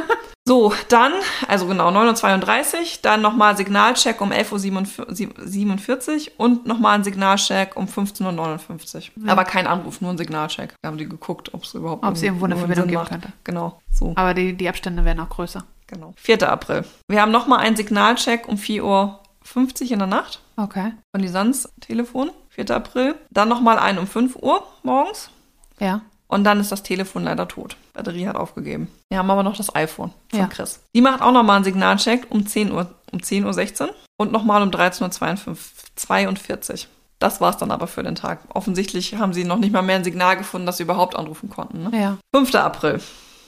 [SPEAKER 1] So, dann, also genau, 9.32 Uhr, dann nochmal Signalcheck um 11.47 Uhr und nochmal ein Signalcheck um 15.59 Uhr. Aber kein Anruf, nur ein Signalcheck. Da haben die geguckt, ob es überhaupt
[SPEAKER 2] Ob es irgendwo eine
[SPEAKER 1] einen
[SPEAKER 2] Verbindung
[SPEAKER 1] Sinn
[SPEAKER 2] geben
[SPEAKER 1] macht.
[SPEAKER 2] könnte. Ah.
[SPEAKER 1] Genau, so,
[SPEAKER 2] Aber die, die Abstände werden auch größer.
[SPEAKER 1] genau. 4. April. Wir haben nochmal einen Signalcheck um 4.50 Uhr in der Nacht
[SPEAKER 2] Okay.
[SPEAKER 1] von Lisans Telefon, 4. April. Dann nochmal einen um 5 Uhr morgens.
[SPEAKER 2] Ja.
[SPEAKER 1] Und dann ist das Telefon leider tot. Batterie hat aufgegeben. Wir haben aber noch das iPhone von
[SPEAKER 2] Ja.
[SPEAKER 1] Chris. Die macht auch nochmal einen Signalcheck um 10 Uhr, um 10.16 Uhr und nochmal um 13.42 Uhr. Das war's dann aber für den Tag. Offensichtlich haben sie noch nicht mal mehr ein Signal gefunden, dass sie überhaupt anrufen konnten. Ne?
[SPEAKER 2] Ja. Oh
[SPEAKER 1] 5. April,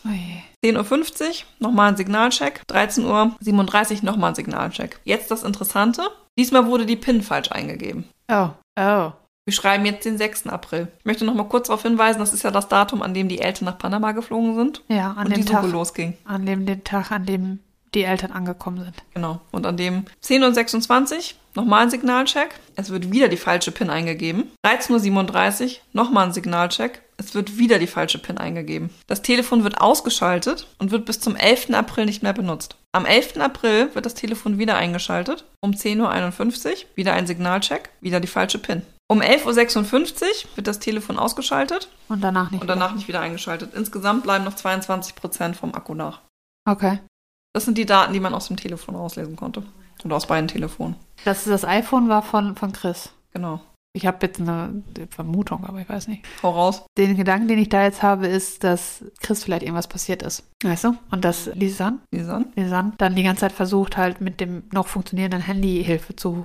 [SPEAKER 2] Ui.
[SPEAKER 1] 10.50 Uhr, nochmal ein Signalcheck. 13.37 Uhr, nochmal ein Signalcheck. Jetzt das Interessante. Diesmal wurde die PIN falsch eingegeben.
[SPEAKER 2] Oh. Oh.
[SPEAKER 1] Wir schreiben jetzt den 6. April. Ich möchte noch mal kurz darauf hinweisen, das ist ja das Datum, an dem die Eltern nach Panama geflogen sind
[SPEAKER 2] Ja, an
[SPEAKER 1] und die
[SPEAKER 2] dem Tag.
[SPEAKER 1] Suche losging.
[SPEAKER 2] An dem den Tag, an dem die Eltern angekommen sind.
[SPEAKER 1] Genau. Und an dem 10 und 26 nochmal ein Signalcheck. Es wird wieder die falsche PIN eingegeben. 13.37 Uhr nochmal ein Signalcheck. Es wird wieder die falsche PIN eingegeben. Das Telefon wird ausgeschaltet und wird bis zum 11. April nicht mehr benutzt. Am 11. April wird das Telefon wieder eingeschaltet. Um 10.51 Uhr wieder ein Signalcheck, wieder die falsche PIN. Um 11.56 Uhr wird das Telefon ausgeschaltet
[SPEAKER 2] Und danach nicht.
[SPEAKER 1] und danach nicht wieder eingeschaltet. Insgesamt bleiben noch 22% vom Akku nach.
[SPEAKER 2] Okay.
[SPEAKER 1] Das sind die Daten, die man aus dem Telefon rauslesen konnte. Oder aus beiden Telefonen.
[SPEAKER 2] Das, das iPhone war von, von Chris.
[SPEAKER 1] Genau.
[SPEAKER 2] Ich habe jetzt eine Vermutung, aber ich weiß nicht.
[SPEAKER 1] Hau raus.
[SPEAKER 2] Den Gedanken, den ich da jetzt habe, ist, dass Chris vielleicht irgendwas passiert ist. Weißt du? Und dass Lisanne,
[SPEAKER 1] Lisan.
[SPEAKER 2] Lisanne dann die ganze Zeit versucht, halt mit dem noch funktionierenden Handy Hilfe zu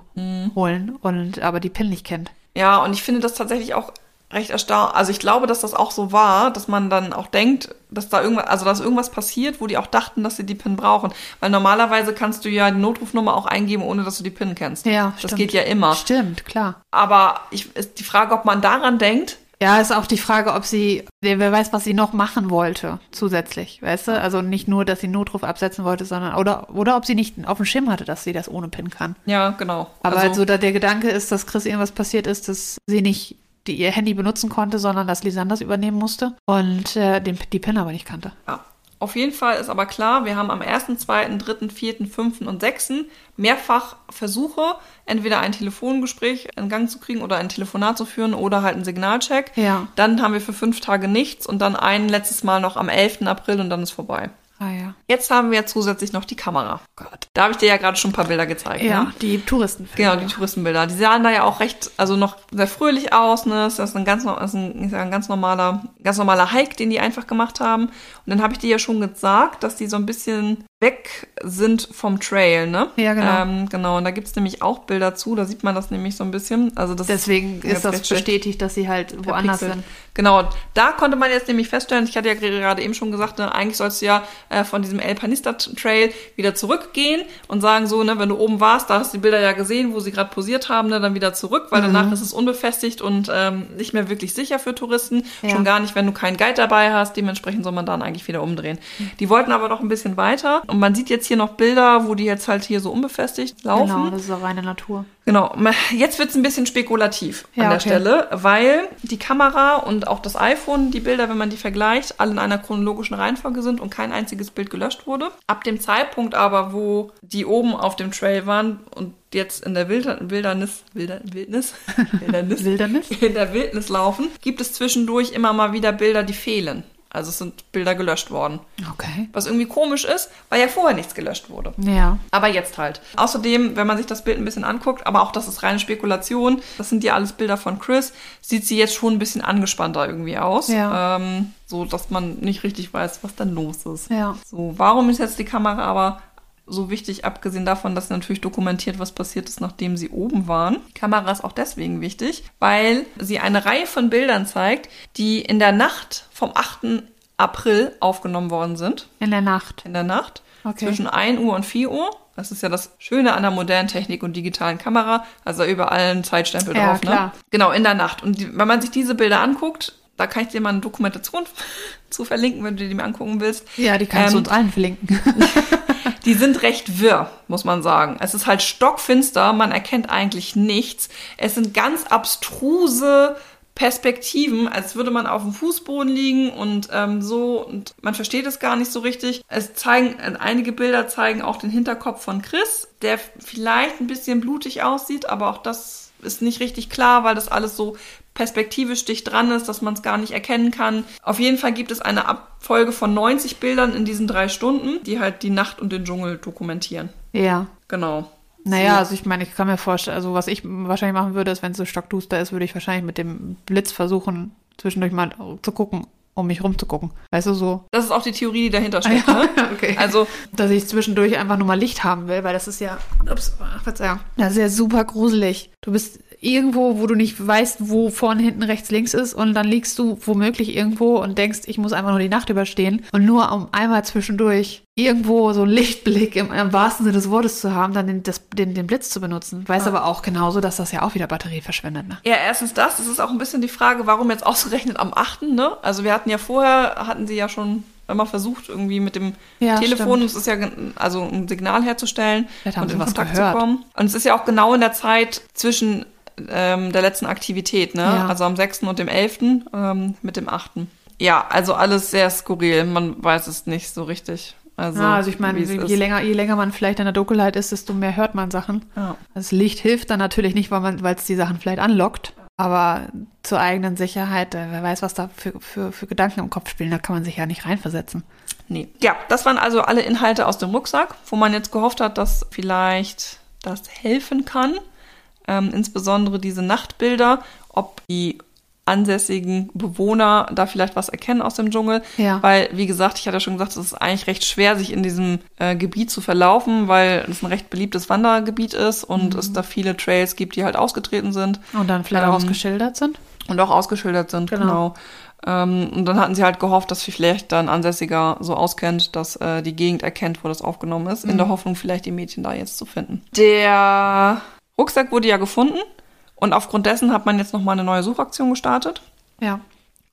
[SPEAKER 2] holen und aber die PIN nicht kennt.
[SPEAKER 1] Hm. Ja, und ich finde das tatsächlich auch recht erstaunlich. Also ich glaube, dass das auch so war, dass man dann auch denkt, dass da irgendwas, also dass irgendwas passiert, wo die auch dachten, dass sie die PIN brauchen. Weil normalerweise kannst du ja die Notrufnummer auch eingeben, ohne dass du die PIN kennst.
[SPEAKER 2] Ja,
[SPEAKER 1] Das
[SPEAKER 2] stimmt.
[SPEAKER 1] geht ja immer.
[SPEAKER 2] Stimmt, klar.
[SPEAKER 1] Aber ich, ist die Frage, ob man daran denkt,
[SPEAKER 2] Ja, ist auch die Frage, ob sie, wer wer weiß, was sie noch machen wollte zusätzlich, weißt du? Also nicht nur, dass sie einen Notruf absetzen wollte, sondern oder oder ob sie nicht auf dem Schirm hatte, dass sie das ohne PIN kann.
[SPEAKER 1] ja, genau.
[SPEAKER 2] Aber
[SPEAKER 1] Also-
[SPEAKER 2] also, so da der Gedanke ist, dass Chris irgendwas passiert ist, dass sie nicht die, ihr Handy benutzen konnte, sondern dass Lisanne das übernehmen musste und äh, den, die PIN aber nicht kannte.
[SPEAKER 1] Ja. Auf jeden Fall ist aber klar, wir haben am 1., 2., 3., 4., 5. und 6. mehrfach Versuche, entweder ein Telefongespräch in Gang zu kriegen oder ein Telefonat zu führen oder halt einen Signalcheck.
[SPEAKER 2] Ja.
[SPEAKER 1] Dann haben wir für fünf Tage nichts und dann ein letztes Mal noch am 11. April und dann ist vorbei.
[SPEAKER 2] Ah ja.
[SPEAKER 1] Jetzt haben wir ja zusätzlich noch die Kamera. Gott. Da habe ich dir ja gerade schon ein paar Bilder gezeigt.
[SPEAKER 2] Ja,
[SPEAKER 1] Ne?
[SPEAKER 2] die Touristen.
[SPEAKER 1] Genau, die Touristenbilder. Die sahen da ja auch recht, also noch sehr fröhlich aus. Ne? Das ist ein ganz, no- das ist ein, ist ja ein ganz normaler, ganz normaler Hike, den die einfach gemacht haben. Und dann habe ich dir ja schon gesagt, dass die so ein bisschen weg sind vom Trail, ne?
[SPEAKER 2] Ja, genau.
[SPEAKER 1] Ähm, genau, und da gibt's nämlich auch Bilder zu, da sieht man das nämlich so ein bisschen. Also das
[SPEAKER 2] Deswegen
[SPEAKER 1] Ja,
[SPEAKER 2] ist das
[SPEAKER 1] vielleicht schlecht.
[SPEAKER 2] bestätigt, dass sie halt woanders
[SPEAKER 1] Pixel.
[SPEAKER 2] sind.
[SPEAKER 1] Genau, da konnte man jetzt nämlich feststellen, ich hatte ja gerade eben schon gesagt, ne, eigentlich sollst du ja äh, von diesem El Panista Trail wieder zurückgehen und sagen so, ne, wenn du oben warst, da hast du die Bilder ja gesehen, wo sie gerade posiert haben, ne, dann wieder zurück, weil
[SPEAKER 2] Mhm.
[SPEAKER 1] danach ist es unbefestigt und ähm, nicht mehr wirklich sicher für Touristen,
[SPEAKER 2] Ja.
[SPEAKER 1] schon gar nicht, wenn du keinen Guide dabei hast, dementsprechend soll man dann eigentlich wieder umdrehen.
[SPEAKER 2] Mhm.
[SPEAKER 1] Die wollten aber noch ein bisschen weiter und man sieht jetzt hier noch Bilder, wo die jetzt halt hier so unbefestigt laufen.
[SPEAKER 2] Genau, das ist auch reine Natur.
[SPEAKER 1] Genau, ma- jetzt wird's ein bisschen spekulativ
[SPEAKER 2] Ja,
[SPEAKER 1] an der
[SPEAKER 2] okay.
[SPEAKER 1] Stelle, weil die Kamera und auch das iPhone, die Bilder, wenn man die vergleicht, alle in einer chronologischen Reihenfolge sind und kein einziges Bild gelöscht wurde. Ab dem Zeitpunkt aber, wo die oben auf dem Trail waren und jetzt in der Wilder Wildernis, Wilder Wildnis, Wildernis,
[SPEAKER 2] Wildernis?
[SPEAKER 1] in der Wildnis laufen, gibt es zwischendurch immer mal wieder Bilder, die fehlen. Also es sind Bilder gelöscht worden.
[SPEAKER 2] Okay.
[SPEAKER 1] Was irgendwie komisch ist, weil ja vorher nichts gelöscht wurde.
[SPEAKER 2] Ja.
[SPEAKER 1] Aber jetzt halt. Außerdem, wenn man sich das Bild ein bisschen anguckt, aber auch das ist reine Spekulation, das sind ja alles Bilder von Chris, sieht sie jetzt schon ein bisschen angespannter irgendwie aus.
[SPEAKER 2] Ja.
[SPEAKER 1] Ähm, so, dass man nicht richtig weiß, was dann los ist.
[SPEAKER 2] Ja.
[SPEAKER 1] So, warum ist jetzt die Kamera aber so wichtig, abgesehen davon, dass natürlich dokumentiert, was passiert ist, nachdem sie oben waren. Die Kamera ist auch deswegen wichtig, weil sie eine Reihe von Bildern zeigt, die in der Nacht vom 8. April aufgenommen worden sind
[SPEAKER 2] In der Nacht.
[SPEAKER 1] in der Nacht
[SPEAKER 2] Okay.
[SPEAKER 1] zwischen 1 Uhr und 4 Uhr. Das ist ja das Schöne an der modernen Technik und digitalen Kamera. Also überall ein Zeitstempel
[SPEAKER 2] Ja,
[SPEAKER 1] drauf. Ne?
[SPEAKER 2] klar.
[SPEAKER 1] Genau, in der Nacht. Und die, wenn man sich diese Bilder anguckt, da kann ich dir mal eine Dokumentation zu verlinken, wenn du die mir angucken willst.
[SPEAKER 2] Ja, die kannst du
[SPEAKER 1] Ähm,
[SPEAKER 2] uns allen verlinken.
[SPEAKER 1] Die sind recht wirr, muss man sagen. Es ist halt stockfinster, man erkennt eigentlich nichts. Es sind ganz abstruse Perspektiven, als würde man auf dem Fußboden liegen und ähm, so und man versteht es gar nicht so richtig. Es zeigen äh, einige Bilder zeigen auch den Hinterkopf von Chris, der vielleicht ein bisschen blutig aussieht, aber auch das ist nicht richtig klar, weil das alles so perspektivisch dicht dran ist, dass man es gar nicht erkennen kann. Auf jeden Fall gibt es eine Abfolge von 90 Bildern in diesen drei Stunden, die halt die Nacht und den Dschungel dokumentieren.
[SPEAKER 2] ja.
[SPEAKER 1] Genau.
[SPEAKER 2] Naja, also ich meine, ich kann mir vorstellen, also was ich wahrscheinlich machen würde, ist, wenn es so stockduster ist, würde ich wahrscheinlich mit dem Blitz versuchen, zwischendurch mal zu gucken, um mich rumzugucken. Weißt du, so.
[SPEAKER 1] Das ist auch die Theorie, die dahinter steckt. Ne?
[SPEAKER 2] okay.
[SPEAKER 1] Also
[SPEAKER 2] Dass ich zwischendurch einfach nur mal Licht haben will, weil das ist ja, ups, ach, Verzeihung, das ist ja super gruselig. Du bist irgendwo, wo du nicht weißt, wo vorne, hinten, rechts, links ist und dann liegst du womöglich irgendwo und denkst, ich muss einfach nur die Nacht überstehen und nur um einmal zwischendurch irgendwo so einen Lichtblick im, im wahrsten Sinne des Wortes zu haben, dann den, das, den, den Blitz zu benutzen. Weiß aber auch genauso, dass das ja auch wieder Batterie verschwendet. Ne?
[SPEAKER 1] Ja, erstens das. Es ist auch ein bisschen die Frage, warum jetzt ausgerechnet am 8. Ne? Also wir hatten ja vorher, hatten sie ja schon immer versucht, irgendwie mit dem
[SPEAKER 2] Ja,
[SPEAKER 1] Telefon,
[SPEAKER 2] stimmt.
[SPEAKER 1] es ist ja gen- also ein Signal herzustellen
[SPEAKER 2] Vielleicht haben
[SPEAKER 1] und
[SPEAKER 2] sie
[SPEAKER 1] in
[SPEAKER 2] was
[SPEAKER 1] Kontakt
[SPEAKER 2] gehört.
[SPEAKER 1] zu kommen. Und es ist ja auch genau in der Zeit zwischen ähm, der letzten Aktivität, ne?
[SPEAKER 2] Ja.
[SPEAKER 1] Also am 6. und dem 11. Ähm, mit dem 8. Ja, also alles sehr skurril. Man weiß es nicht so richtig. Also,
[SPEAKER 2] Ja, also ich meine,
[SPEAKER 1] wie es
[SPEAKER 2] je
[SPEAKER 1] ist.
[SPEAKER 2] länger, je länger man vielleicht in der Dunkelheit ist, desto mehr hört man Sachen.
[SPEAKER 1] Ja.
[SPEAKER 2] Das Licht hilft dann natürlich nicht, weil man- weil es die Sachen vielleicht anlockt. Aber zur eigenen Sicherheit, äh, wer weiß, was da für, für, für Gedanken im Kopf spielen, da kann man sich ja nicht reinversetzen.
[SPEAKER 1] Nee. Ja, das waren also alle Inhalte aus dem Rucksack, wo man jetzt gehofft hat, dass vielleicht das helfen kann. Ähm, insbesondere diese Nachtbilder, ob die ansässigen Bewohner da vielleicht was erkennen aus dem Dschungel.
[SPEAKER 2] Ja.
[SPEAKER 1] Weil, wie gesagt, ich hatte ja schon gesagt, es ist eigentlich recht schwer, sich in diesem äh, Gebiet zu verlaufen, weil es ein recht beliebtes Wandergebiet ist und es da viele Trails gibt, die halt ausgetreten sind
[SPEAKER 2] Und dann vielleicht
[SPEAKER 1] Ähm,
[SPEAKER 2] auch ausgeschildert sind.
[SPEAKER 1] und auch ausgeschildert sind, genau.
[SPEAKER 2] Genau.
[SPEAKER 1] Ähm, und dann hatten sie halt gehofft, dass sich vielleicht dann Ansässiger so auskennt, dass äh, die Gegend erkennt, wo das aufgenommen ist, in der Hoffnung, vielleicht die Mädchen da jetzt zu finden. Der Rucksack wurde ja gefunden und aufgrund dessen hat man jetzt nochmal eine neue Suchaktion gestartet.
[SPEAKER 2] Ja.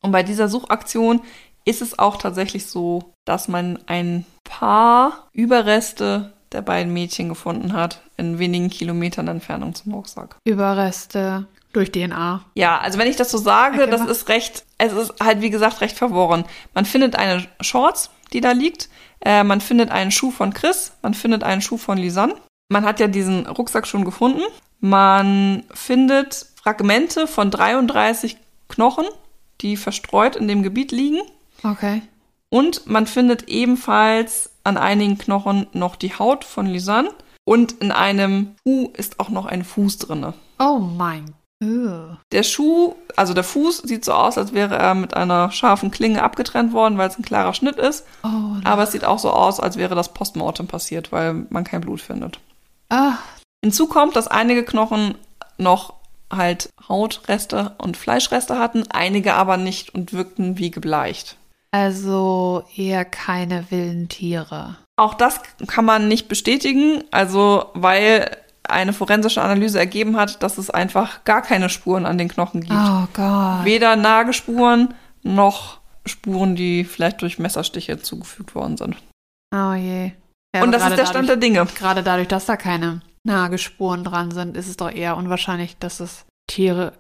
[SPEAKER 1] Und bei dieser Suchaktion ist es auch tatsächlich so, dass man ein paar Überreste der beiden Mädchen gefunden hat, in wenigen Kilometern Entfernung zum Rucksack.
[SPEAKER 2] Überreste durch DNA.
[SPEAKER 1] Ja, also wenn ich das so sage,
[SPEAKER 2] Erkennbar.
[SPEAKER 1] das ist recht, es ist halt wie gesagt recht verworren. Man findet eine Shorts, die da liegt, äh, man findet einen Schuh von Chris, man findet einen Schuh von Lisanne. Man hat ja diesen Rucksack schon gefunden. Man findet Fragmente von 33 Knochen, die verstreut in dem Gebiet liegen.
[SPEAKER 2] Okay.
[SPEAKER 1] Und man findet ebenfalls an einigen Knochen noch die Haut von Lisanne. Und in einem Schuh ist auch noch ein Fuß drinne.
[SPEAKER 2] Oh mein Ew.
[SPEAKER 1] Der Schuh, also der Fuß, sieht so aus, als wäre er mit einer scharfen Klinge abgetrennt worden, weil es ein klarer Schnitt ist.
[SPEAKER 2] Oh,
[SPEAKER 1] Aber es sieht auch so aus, als wäre das Postmortem passiert, weil man kein Blut findet.
[SPEAKER 2] ah,
[SPEAKER 1] Hinzu kommt, dass einige Knochen noch halt Hautreste und Fleischreste hatten, einige aber nicht und wirkten wie gebleicht.
[SPEAKER 2] also eher keine wilden Tiere.
[SPEAKER 1] Auch das kann man nicht bestätigen, also weil eine forensische Analyse ergeben hat, dass es einfach gar keine Spuren an den Knochen gibt.
[SPEAKER 2] Oh Gott.
[SPEAKER 1] Ah. Weder Nagespuren noch Spuren, die vielleicht durch Messerstiche zugefügt worden sind.
[SPEAKER 2] Oh je. Ja,
[SPEAKER 1] und
[SPEAKER 2] aber
[SPEAKER 1] das ist
[SPEAKER 2] gerade
[SPEAKER 1] der Stand
[SPEAKER 2] dadurch,
[SPEAKER 1] der Dinge.
[SPEAKER 2] Gerade dadurch, dass da keine Nagespuren dran sind, ist es doch eher unwahrscheinlich, dass es Tiere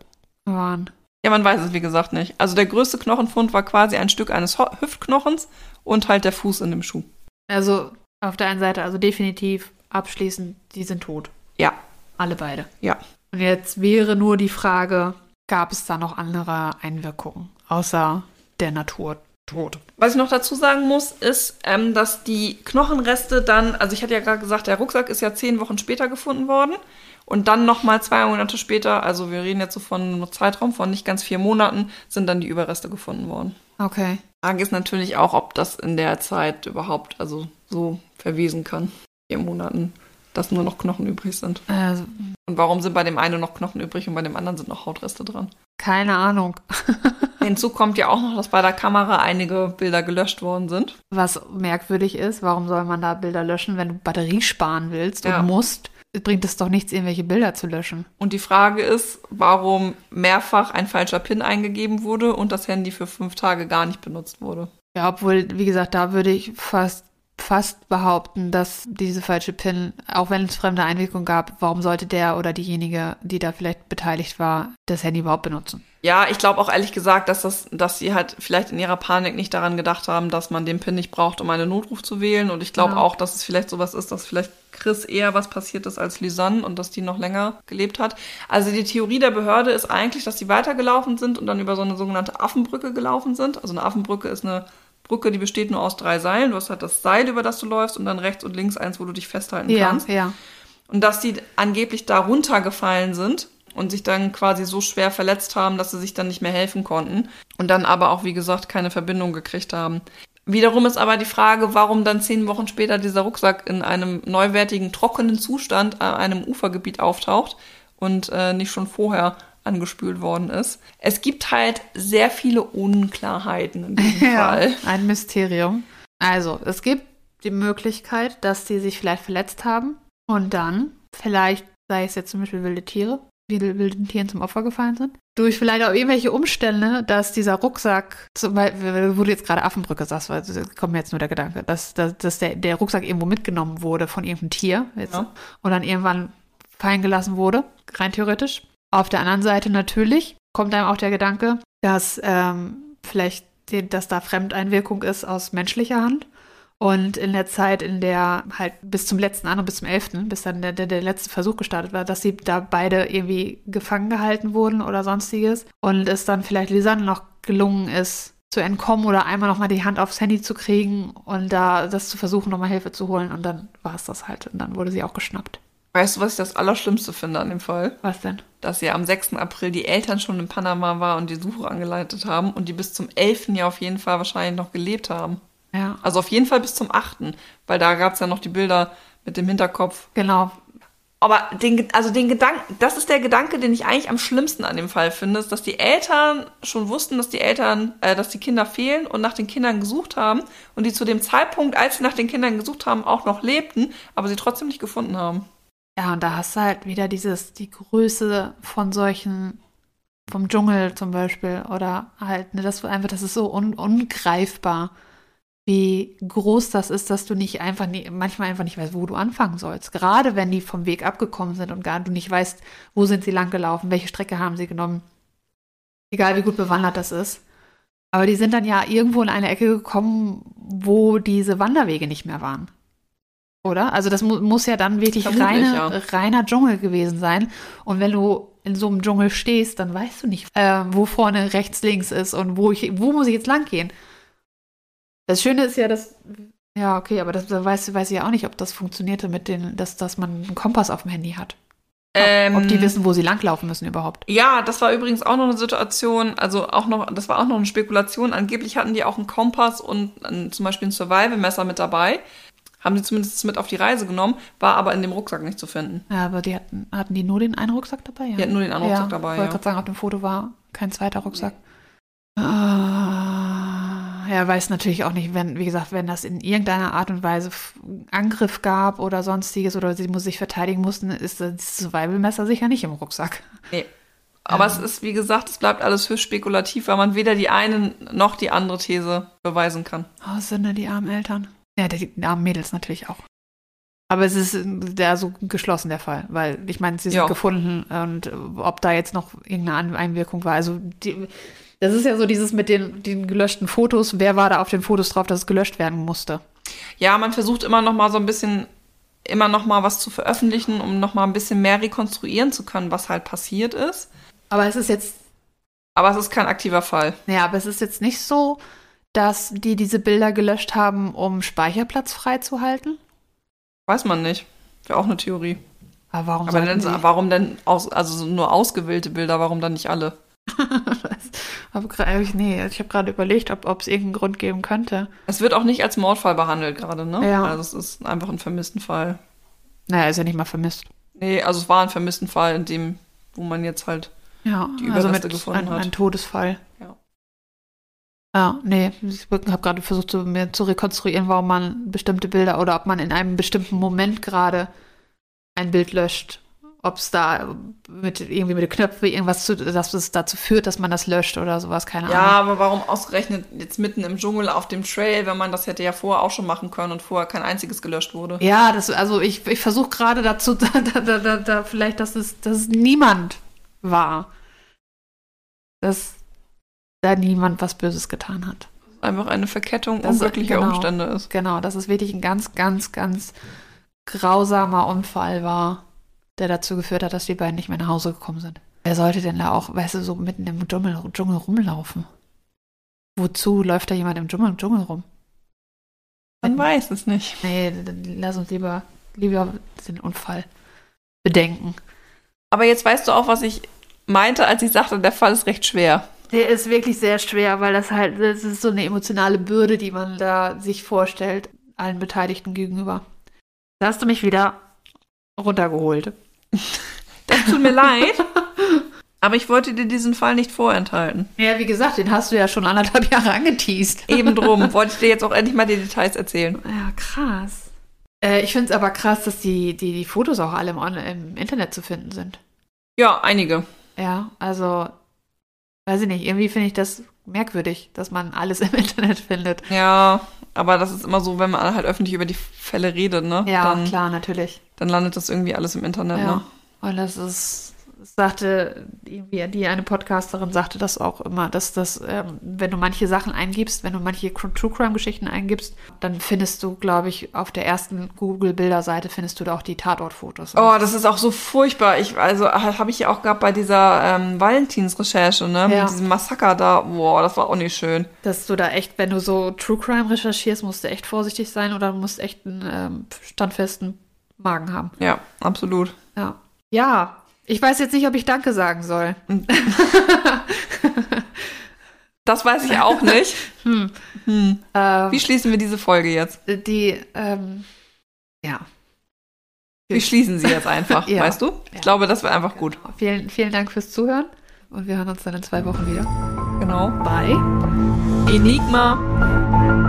[SPEAKER 2] waren.
[SPEAKER 1] Ja, man weiß es wie gesagt nicht. Also der größte Knochenfund war quasi ein Stück eines Ho- Hüftknochens und halt der Fuß in dem Schuh.
[SPEAKER 2] Also auf der einen Seite, also definitiv abschließend, die sind tot.
[SPEAKER 1] Ja.
[SPEAKER 2] Alle beide.
[SPEAKER 1] Ja.
[SPEAKER 2] Und jetzt wäre nur die Frage, gab es da noch andere Einwirkungen außer der Natur tot?
[SPEAKER 1] Was ich noch dazu sagen muss, ist, ähm, dass die Knochenreste dann, also ich hatte ja gerade gesagt, der Rucksack ist ja zehn Wochen später gefunden worden und dann nochmal zwei Monate später, also wir reden jetzt so von einem Zeitraum von nicht ganz vier Monaten, sind dann die Überreste gefunden worden.
[SPEAKER 2] Okay.
[SPEAKER 1] Frage ist natürlich auch, ob das in der Zeit überhaupt also so verwesen kann, vier Monaten, dass nur noch Knochen übrig sind.
[SPEAKER 2] Also,
[SPEAKER 1] Und warum sind bei dem einen noch Knochen übrig und bei dem anderen sind noch Hautreste dran?
[SPEAKER 2] keine Ahnung.
[SPEAKER 1] Hinzu kommt ja auch noch, dass bei der Kamera einige Bilder gelöscht worden sind.
[SPEAKER 2] Was merkwürdig ist, warum soll man da Bilder löschen, wenn du Batterie sparen willst
[SPEAKER 1] Ja.
[SPEAKER 2] und musst? Bringt es doch nichts, irgendwelche Bilder zu löschen.
[SPEAKER 1] Und die Frage ist, warum mehrfach ein falscher PIN eingegeben wurde und das Handy für fünf Tage gar nicht benutzt wurde.
[SPEAKER 2] Ja, obwohl, wie gesagt, da würde ich fast, fast behaupten, dass diese falsche PIN, auch wenn es fremde Einwirkung gab, warum sollte der oder diejenige, die da vielleicht beteiligt war, das Handy überhaupt benutzen?
[SPEAKER 1] Ja, ich glaube auch ehrlich gesagt, dass, das, dass sie halt vielleicht in ihrer Panik nicht daran gedacht haben, dass man den PIN nicht braucht, um einen Notruf zu wählen. Und ich glaube
[SPEAKER 2] Ja.
[SPEAKER 1] auch, dass es vielleicht sowas ist, dass vielleicht Chris eher was passiert ist als Lisanne und dass die noch länger gelebt hat. Also die Theorie der Behörde ist eigentlich, dass sie weitergelaufen sind und dann über so eine sogenannte Affenbrücke gelaufen sind. Also eine Affenbrücke ist eine Brücke, die besteht nur aus drei Seilen. Du hast halt das Seil, über das du läufst und dann rechts und links eins, wo du dich festhalten
[SPEAKER 2] Ja,
[SPEAKER 1] kannst.
[SPEAKER 2] ja.
[SPEAKER 1] Und dass die angeblich da runtergefallen sind und sich dann quasi so schwer verletzt haben, dass sie sich dann nicht mehr helfen konnten. Und dann aber auch, wie gesagt, keine Verbindung gekriegt haben. Wiederum ist aber die Frage, warum dann zehn Wochen später dieser Rucksack in einem neuwertigen, trockenen Zustand an einem Ufergebiet auftaucht und äh, nicht schon vorher angespült worden ist. Es gibt halt sehr viele Unklarheiten in diesem Fall.
[SPEAKER 2] Ein Mysterium. Also, es gibt die Möglichkeit, dass die sich vielleicht verletzt haben und dann vielleicht, sei es jetzt zum Beispiel wilde Tiere, die wilden Tieren zum Opfer gefallen sind, durch vielleicht auch irgendwelche Umstände, dass dieser Rucksack, zum Beispiel, wo du jetzt gerade Affenbrücke sagst, weil es kommt mir jetzt nur der Gedanke, dass, dass, dass der, der Rucksack irgendwo mitgenommen wurde von irgendeinem Tier jetzt,
[SPEAKER 1] Ja.
[SPEAKER 2] und dann irgendwann fallen gelassen wurde, rein theoretisch. Auf der anderen Seite natürlich kommt einem auch der Gedanke, dass ähm, vielleicht, die- dass da Fremdeinwirkung ist aus menschlicher Hand. Und in der Zeit, in der halt bis zum letzten Anno, bis zum 11., bis dann der, der, der letzte Versuch gestartet war, dass sie da beide irgendwie gefangen gehalten wurden oder sonstiges. Und es dann vielleicht Lisanne noch gelungen ist, zu entkommen oder einmal nochmal die Hand aufs Handy zu kriegen und da das zu versuchen, nochmal Hilfe zu holen. Und dann war es das halt. Und dann wurde sie auch geschnappt.
[SPEAKER 1] Weißt du, was ich das Allerschlimmste finde an dem Fall?
[SPEAKER 2] Was denn?
[SPEAKER 1] dass ja am 6. April die Eltern schon in Panama waren und die Suche angeleitet haben und die bis zum 11. ja auf jeden Fall wahrscheinlich noch gelebt haben.
[SPEAKER 2] Ja.
[SPEAKER 1] Also auf jeden Fall bis zum 8., weil da gab es ja noch die Bilder mit dem Hinterkopf.
[SPEAKER 2] Genau.
[SPEAKER 1] Aber den, Ge- also den Gedanken, das ist der Gedanke, den ich eigentlich am schlimmsten an dem Fall finde, ist, dass die Eltern schon wussten, dass die Eltern, äh, dass die Kinder fehlen und nach den Kindern gesucht haben und die zu dem Zeitpunkt, als sie nach den Kindern gesucht haben, auch noch lebten, aber sie trotzdem nicht gefunden haben.
[SPEAKER 2] Ja, und da hast du halt wieder dieses, die Größe von solchen, vom Dschungel zum Beispiel, oder halt, ne, das war einfach, das ist so un, ungreifbar, wie groß das ist, dass du nicht einfach, nie, manchmal einfach nicht weißt, wo du anfangen sollst. Gerade wenn die vom Weg abgekommen sind und gar du nicht weißt, wo sind sie lang gelaufen, welche Strecke haben sie genommen. Egal wie gut bewandert das ist. Aber die sind dann ja irgendwo in eine Ecke gekommen, wo diese Wanderwege nicht mehr waren. Oder? Also das mu muss ja dann wirklich
[SPEAKER 1] Vermutlich,
[SPEAKER 2] reine,
[SPEAKER 1] ja.
[SPEAKER 2] reiner Dschungel gewesen sein. Und wenn du in so einem Dschungel stehst, dann weißt du nicht, äh, wo vorne rechts, links ist und wo ich, wo muss ich jetzt lang gehen. Das Schöne ist ja, dass ja, okay, aber das da weiß, weiß ich ja auch nicht, ob das funktionierte mit den, dass, dass man einen Kompass auf dem Handy hat.
[SPEAKER 1] Ähm,
[SPEAKER 2] Ob die wissen, wo sie langlaufen müssen überhaupt.
[SPEAKER 1] Ja, das war übrigens auch noch eine Situation, also auch noch, das war auch noch eine Spekulation. Angeblich hatten die auch einen Kompass und ein, zum Beispiel ein Survival-Messer mit dabei. Haben sie zumindest mit auf die Reise genommen, war aber in dem Rucksack nicht zu finden.
[SPEAKER 2] Ja, aber die hatten, hatten die nur den einen Rucksack dabei? Ja.
[SPEAKER 1] Die hatten nur den anderen Rucksack dabei,
[SPEAKER 2] Ich wollte
[SPEAKER 1] ja.
[SPEAKER 2] gerade sagen, auf dem Foto war kein zweiter Rucksack. Ah, Er weiß natürlich auch nicht, wenn, wie gesagt, wenn das in irgendeiner Art und Weise F- Angriff gab oder sonstiges oder sie muss sich verteidigen mussten, ist das Survival-Messer sicher nicht im Rucksack.
[SPEAKER 1] Nee. Aber es ist, wie gesagt, es bleibt alles höchst spekulativ, weil man weder die eine noch die andere These beweisen kann.
[SPEAKER 2] Oh, Sünde, die armen Eltern. Ja, die, die armen Mädels natürlich auch. Aber es ist da so geschlossen der Fall, weil ich meine, sie sind
[SPEAKER 1] Ja.
[SPEAKER 2] gefunden und äh, ob da jetzt noch irgendeine An- Einwirkung war. Also die, das ist ja so dieses mit den, den gelöschten Fotos. Wer war da auf den Fotos drauf, dass es gelöscht werden musste?
[SPEAKER 1] Ja, man versucht immer noch mal so ein bisschen, immer noch mal was zu veröffentlichen, um noch mal ein bisschen mehr rekonstruieren zu können, was halt passiert ist.
[SPEAKER 2] Aber es ist jetzt,
[SPEAKER 1] Aber es ist kein aktiver Fall.
[SPEAKER 2] ja, aber es ist jetzt nicht so, dass die diese Bilder gelöscht haben, um Speicherplatz freizuhalten.
[SPEAKER 1] Weiß man nicht. Wäre auch eine Theorie.
[SPEAKER 2] Aber warum
[SPEAKER 1] Aber
[SPEAKER 2] sollten
[SPEAKER 1] dann,
[SPEAKER 2] sie?
[SPEAKER 1] warum denn aus, also nur ausgewählte Bilder, warum dann nicht alle?
[SPEAKER 2] Aber gra- hab ich, nee, ich habe gerade überlegt, ob ob es irgendeinen Grund geben könnte.
[SPEAKER 1] Es wird auch nicht als Mordfall behandelt gerade, ne?
[SPEAKER 2] Ja.
[SPEAKER 1] Also es ist einfach ein vermissten Fall.
[SPEAKER 2] Naja, ist ja nicht mal vermisst.
[SPEAKER 1] Nee, also es war ein vermissten Fall, in dem, wo man jetzt halt.
[SPEAKER 2] Ja,
[SPEAKER 1] die
[SPEAKER 2] also
[SPEAKER 1] Überreste
[SPEAKER 2] mit
[SPEAKER 1] gefunden
[SPEAKER 2] ein,
[SPEAKER 1] hat.
[SPEAKER 2] ein Todesfall.
[SPEAKER 1] Ja.
[SPEAKER 2] Ja, nee, ich habe gerade versucht, zu, mir zu rekonstruieren, warum man bestimmte Bilder oder ob man in einem bestimmten Moment gerade ein Bild löscht. Ob es da mit irgendwie mit den Knöpfen irgendwas zu, dass es dazu führt, dass man das löscht oder sowas, keine
[SPEAKER 1] Ja,
[SPEAKER 2] Ahnung.
[SPEAKER 1] aber warum ausgerechnet jetzt mitten im Dschungel auf dem Trail, wenn man das hätte ja vorher auch schon machen können und vorher kein einziges gelöscht wurde?
[SPEAKER 2] Ja, das, also ich, ich versuche gerade dazu, da, da, da, da, da vielleicht, dass es, dass es niemand war. Dass da niemand was Böses getan hat.
[SPEAKER 1] Einfach eine Verkettung
[SPEAKER 2] Das-
[SPEAKER 1] unglücklicher
[SPEAKER 2] genau.
[SPEAKER 1] Umstände ist.
[SPEAKER 2] Genau, dass es wirklich ein ganz, ganz, ganz grausamer Unfall war, der dazu geführt hat, dass die beiden nicht mehr nach Hause gekommen sind. Wer sollte denn da auch, weißt du, so mitten im Dschungel, Dschungel rumlaufen? Wozu läuft da jemand im Dschungel, Dschungel rum?
[SPEAKER 1] Man weiß es nicht.
[SPEAKER 2] Nee, dann lass uns lieber, lieber den Unfall bedenken.
[SPEAKER 1] Aber jetzt weißt du auch, was ich meinte, als ich sagte, der Fall ist recht schwer.
[SPEAKER 2] Der ist wirklich sehr schwer, weil das halt, das ist so eine emotionale Bürde, die man da sich vorstellt, allen Beteiligten gegenüber. Da hast du mich wieder runtergeholt.
[SPEAKER 1] Das tut mir leid. Aber ich wollte dir diesen Fall nicht vorenthalten.
[SPEAKER 2] Ja, wie gesagt, den hast du ja schon anderthalb Jahre angeteased.
[SPEAKER 1] Eben drum wollte ich dir jetzt auch endlich mal die Details erzählen.
[SPEAKER 2] Ja, krass. Äh, ich finde es aber krass, dass die, die, die Fotos auch alle im, On- im Internet zu finden sind.
[SPEAKER 1] Ja, einige.
[SPEAKER 2] Ja, also, weiß ich nicht, irgendwie finde ich das merkwürdig, dass man alles im Internet findet.
[SPEAKER 1] Ja, aber das ist immer so, wenn man halt öffentlich über die Fälle redet, ne?
[SPEAKER 2] Ja,
[SPEAKER 1] dann,
[SPEAKER 2] klar, natürlich.
[SPEAKER 1] dann landet das irgendwie alles im Internet,
[SPEAKER 2] Ja.
[SPEAKER 1] ne?
[SPEAKER 2] Und das ist, das sagte irgendwie die eine Podcasterin sagte das auch immer, dass das, ähm, wenn du manche Sachen eingibst, wenn du manche Cr- True Crime Geschichten eingibst, dann findest du, glaube ich, auf der ersten Google Bilderseite findest du da auch die Tatortfotos.
[SPEAKER 1] Oh, das ist auch so furchtbar. Ich, also habe ich ja auch gehabt bei dieser ähm, Valentins-Recherche, ne?
[SPEAKER 2] Ja.
[SPEAKER 1] Mit diesem Massaker da. Boah, das war auch nicht schön.
[SPEAKER 2] Dass du da echt, wenn du so True Crime recherchierst, musst du echt vorsichtig sein oder musst echt einen ähm, standfesten Magen haben.
[SPEAKER 1] Ja, absolut.
[SPEAKER 2] Ja. Ja. Ich weiß jetzt nicht, ob ich Danke sagen soll.
[SPEAKER 1] Hm. Das weiß ich auch nicht.
[SPEAKER 2] Hm.
[SPEAKER 1] Hm.
[SPEAKER 2] Ähm,
[SPEAKER 1] Wie schließen wir diese Folge jetzt?
[SPEAKER 2] die, ähm, ja.
[SPEAKER 1] Wir schließen sie jetzt einfach,
[SPEAKER 2] Ja.
[SPEAKER 1] weißt du? Ich
[SPEAKER 2] Ja.
[SPEAKER 1] glaube, das wäre einfach gut.
[SPEAKER 2] Vielen, vielen Dank fürs Zuhören und wir hören uns dann in zwei Wochen wieder.
[SPEAKER 1] Genau.
[SPEAKER 2] Bye.
[SPEAKER 1] Enigma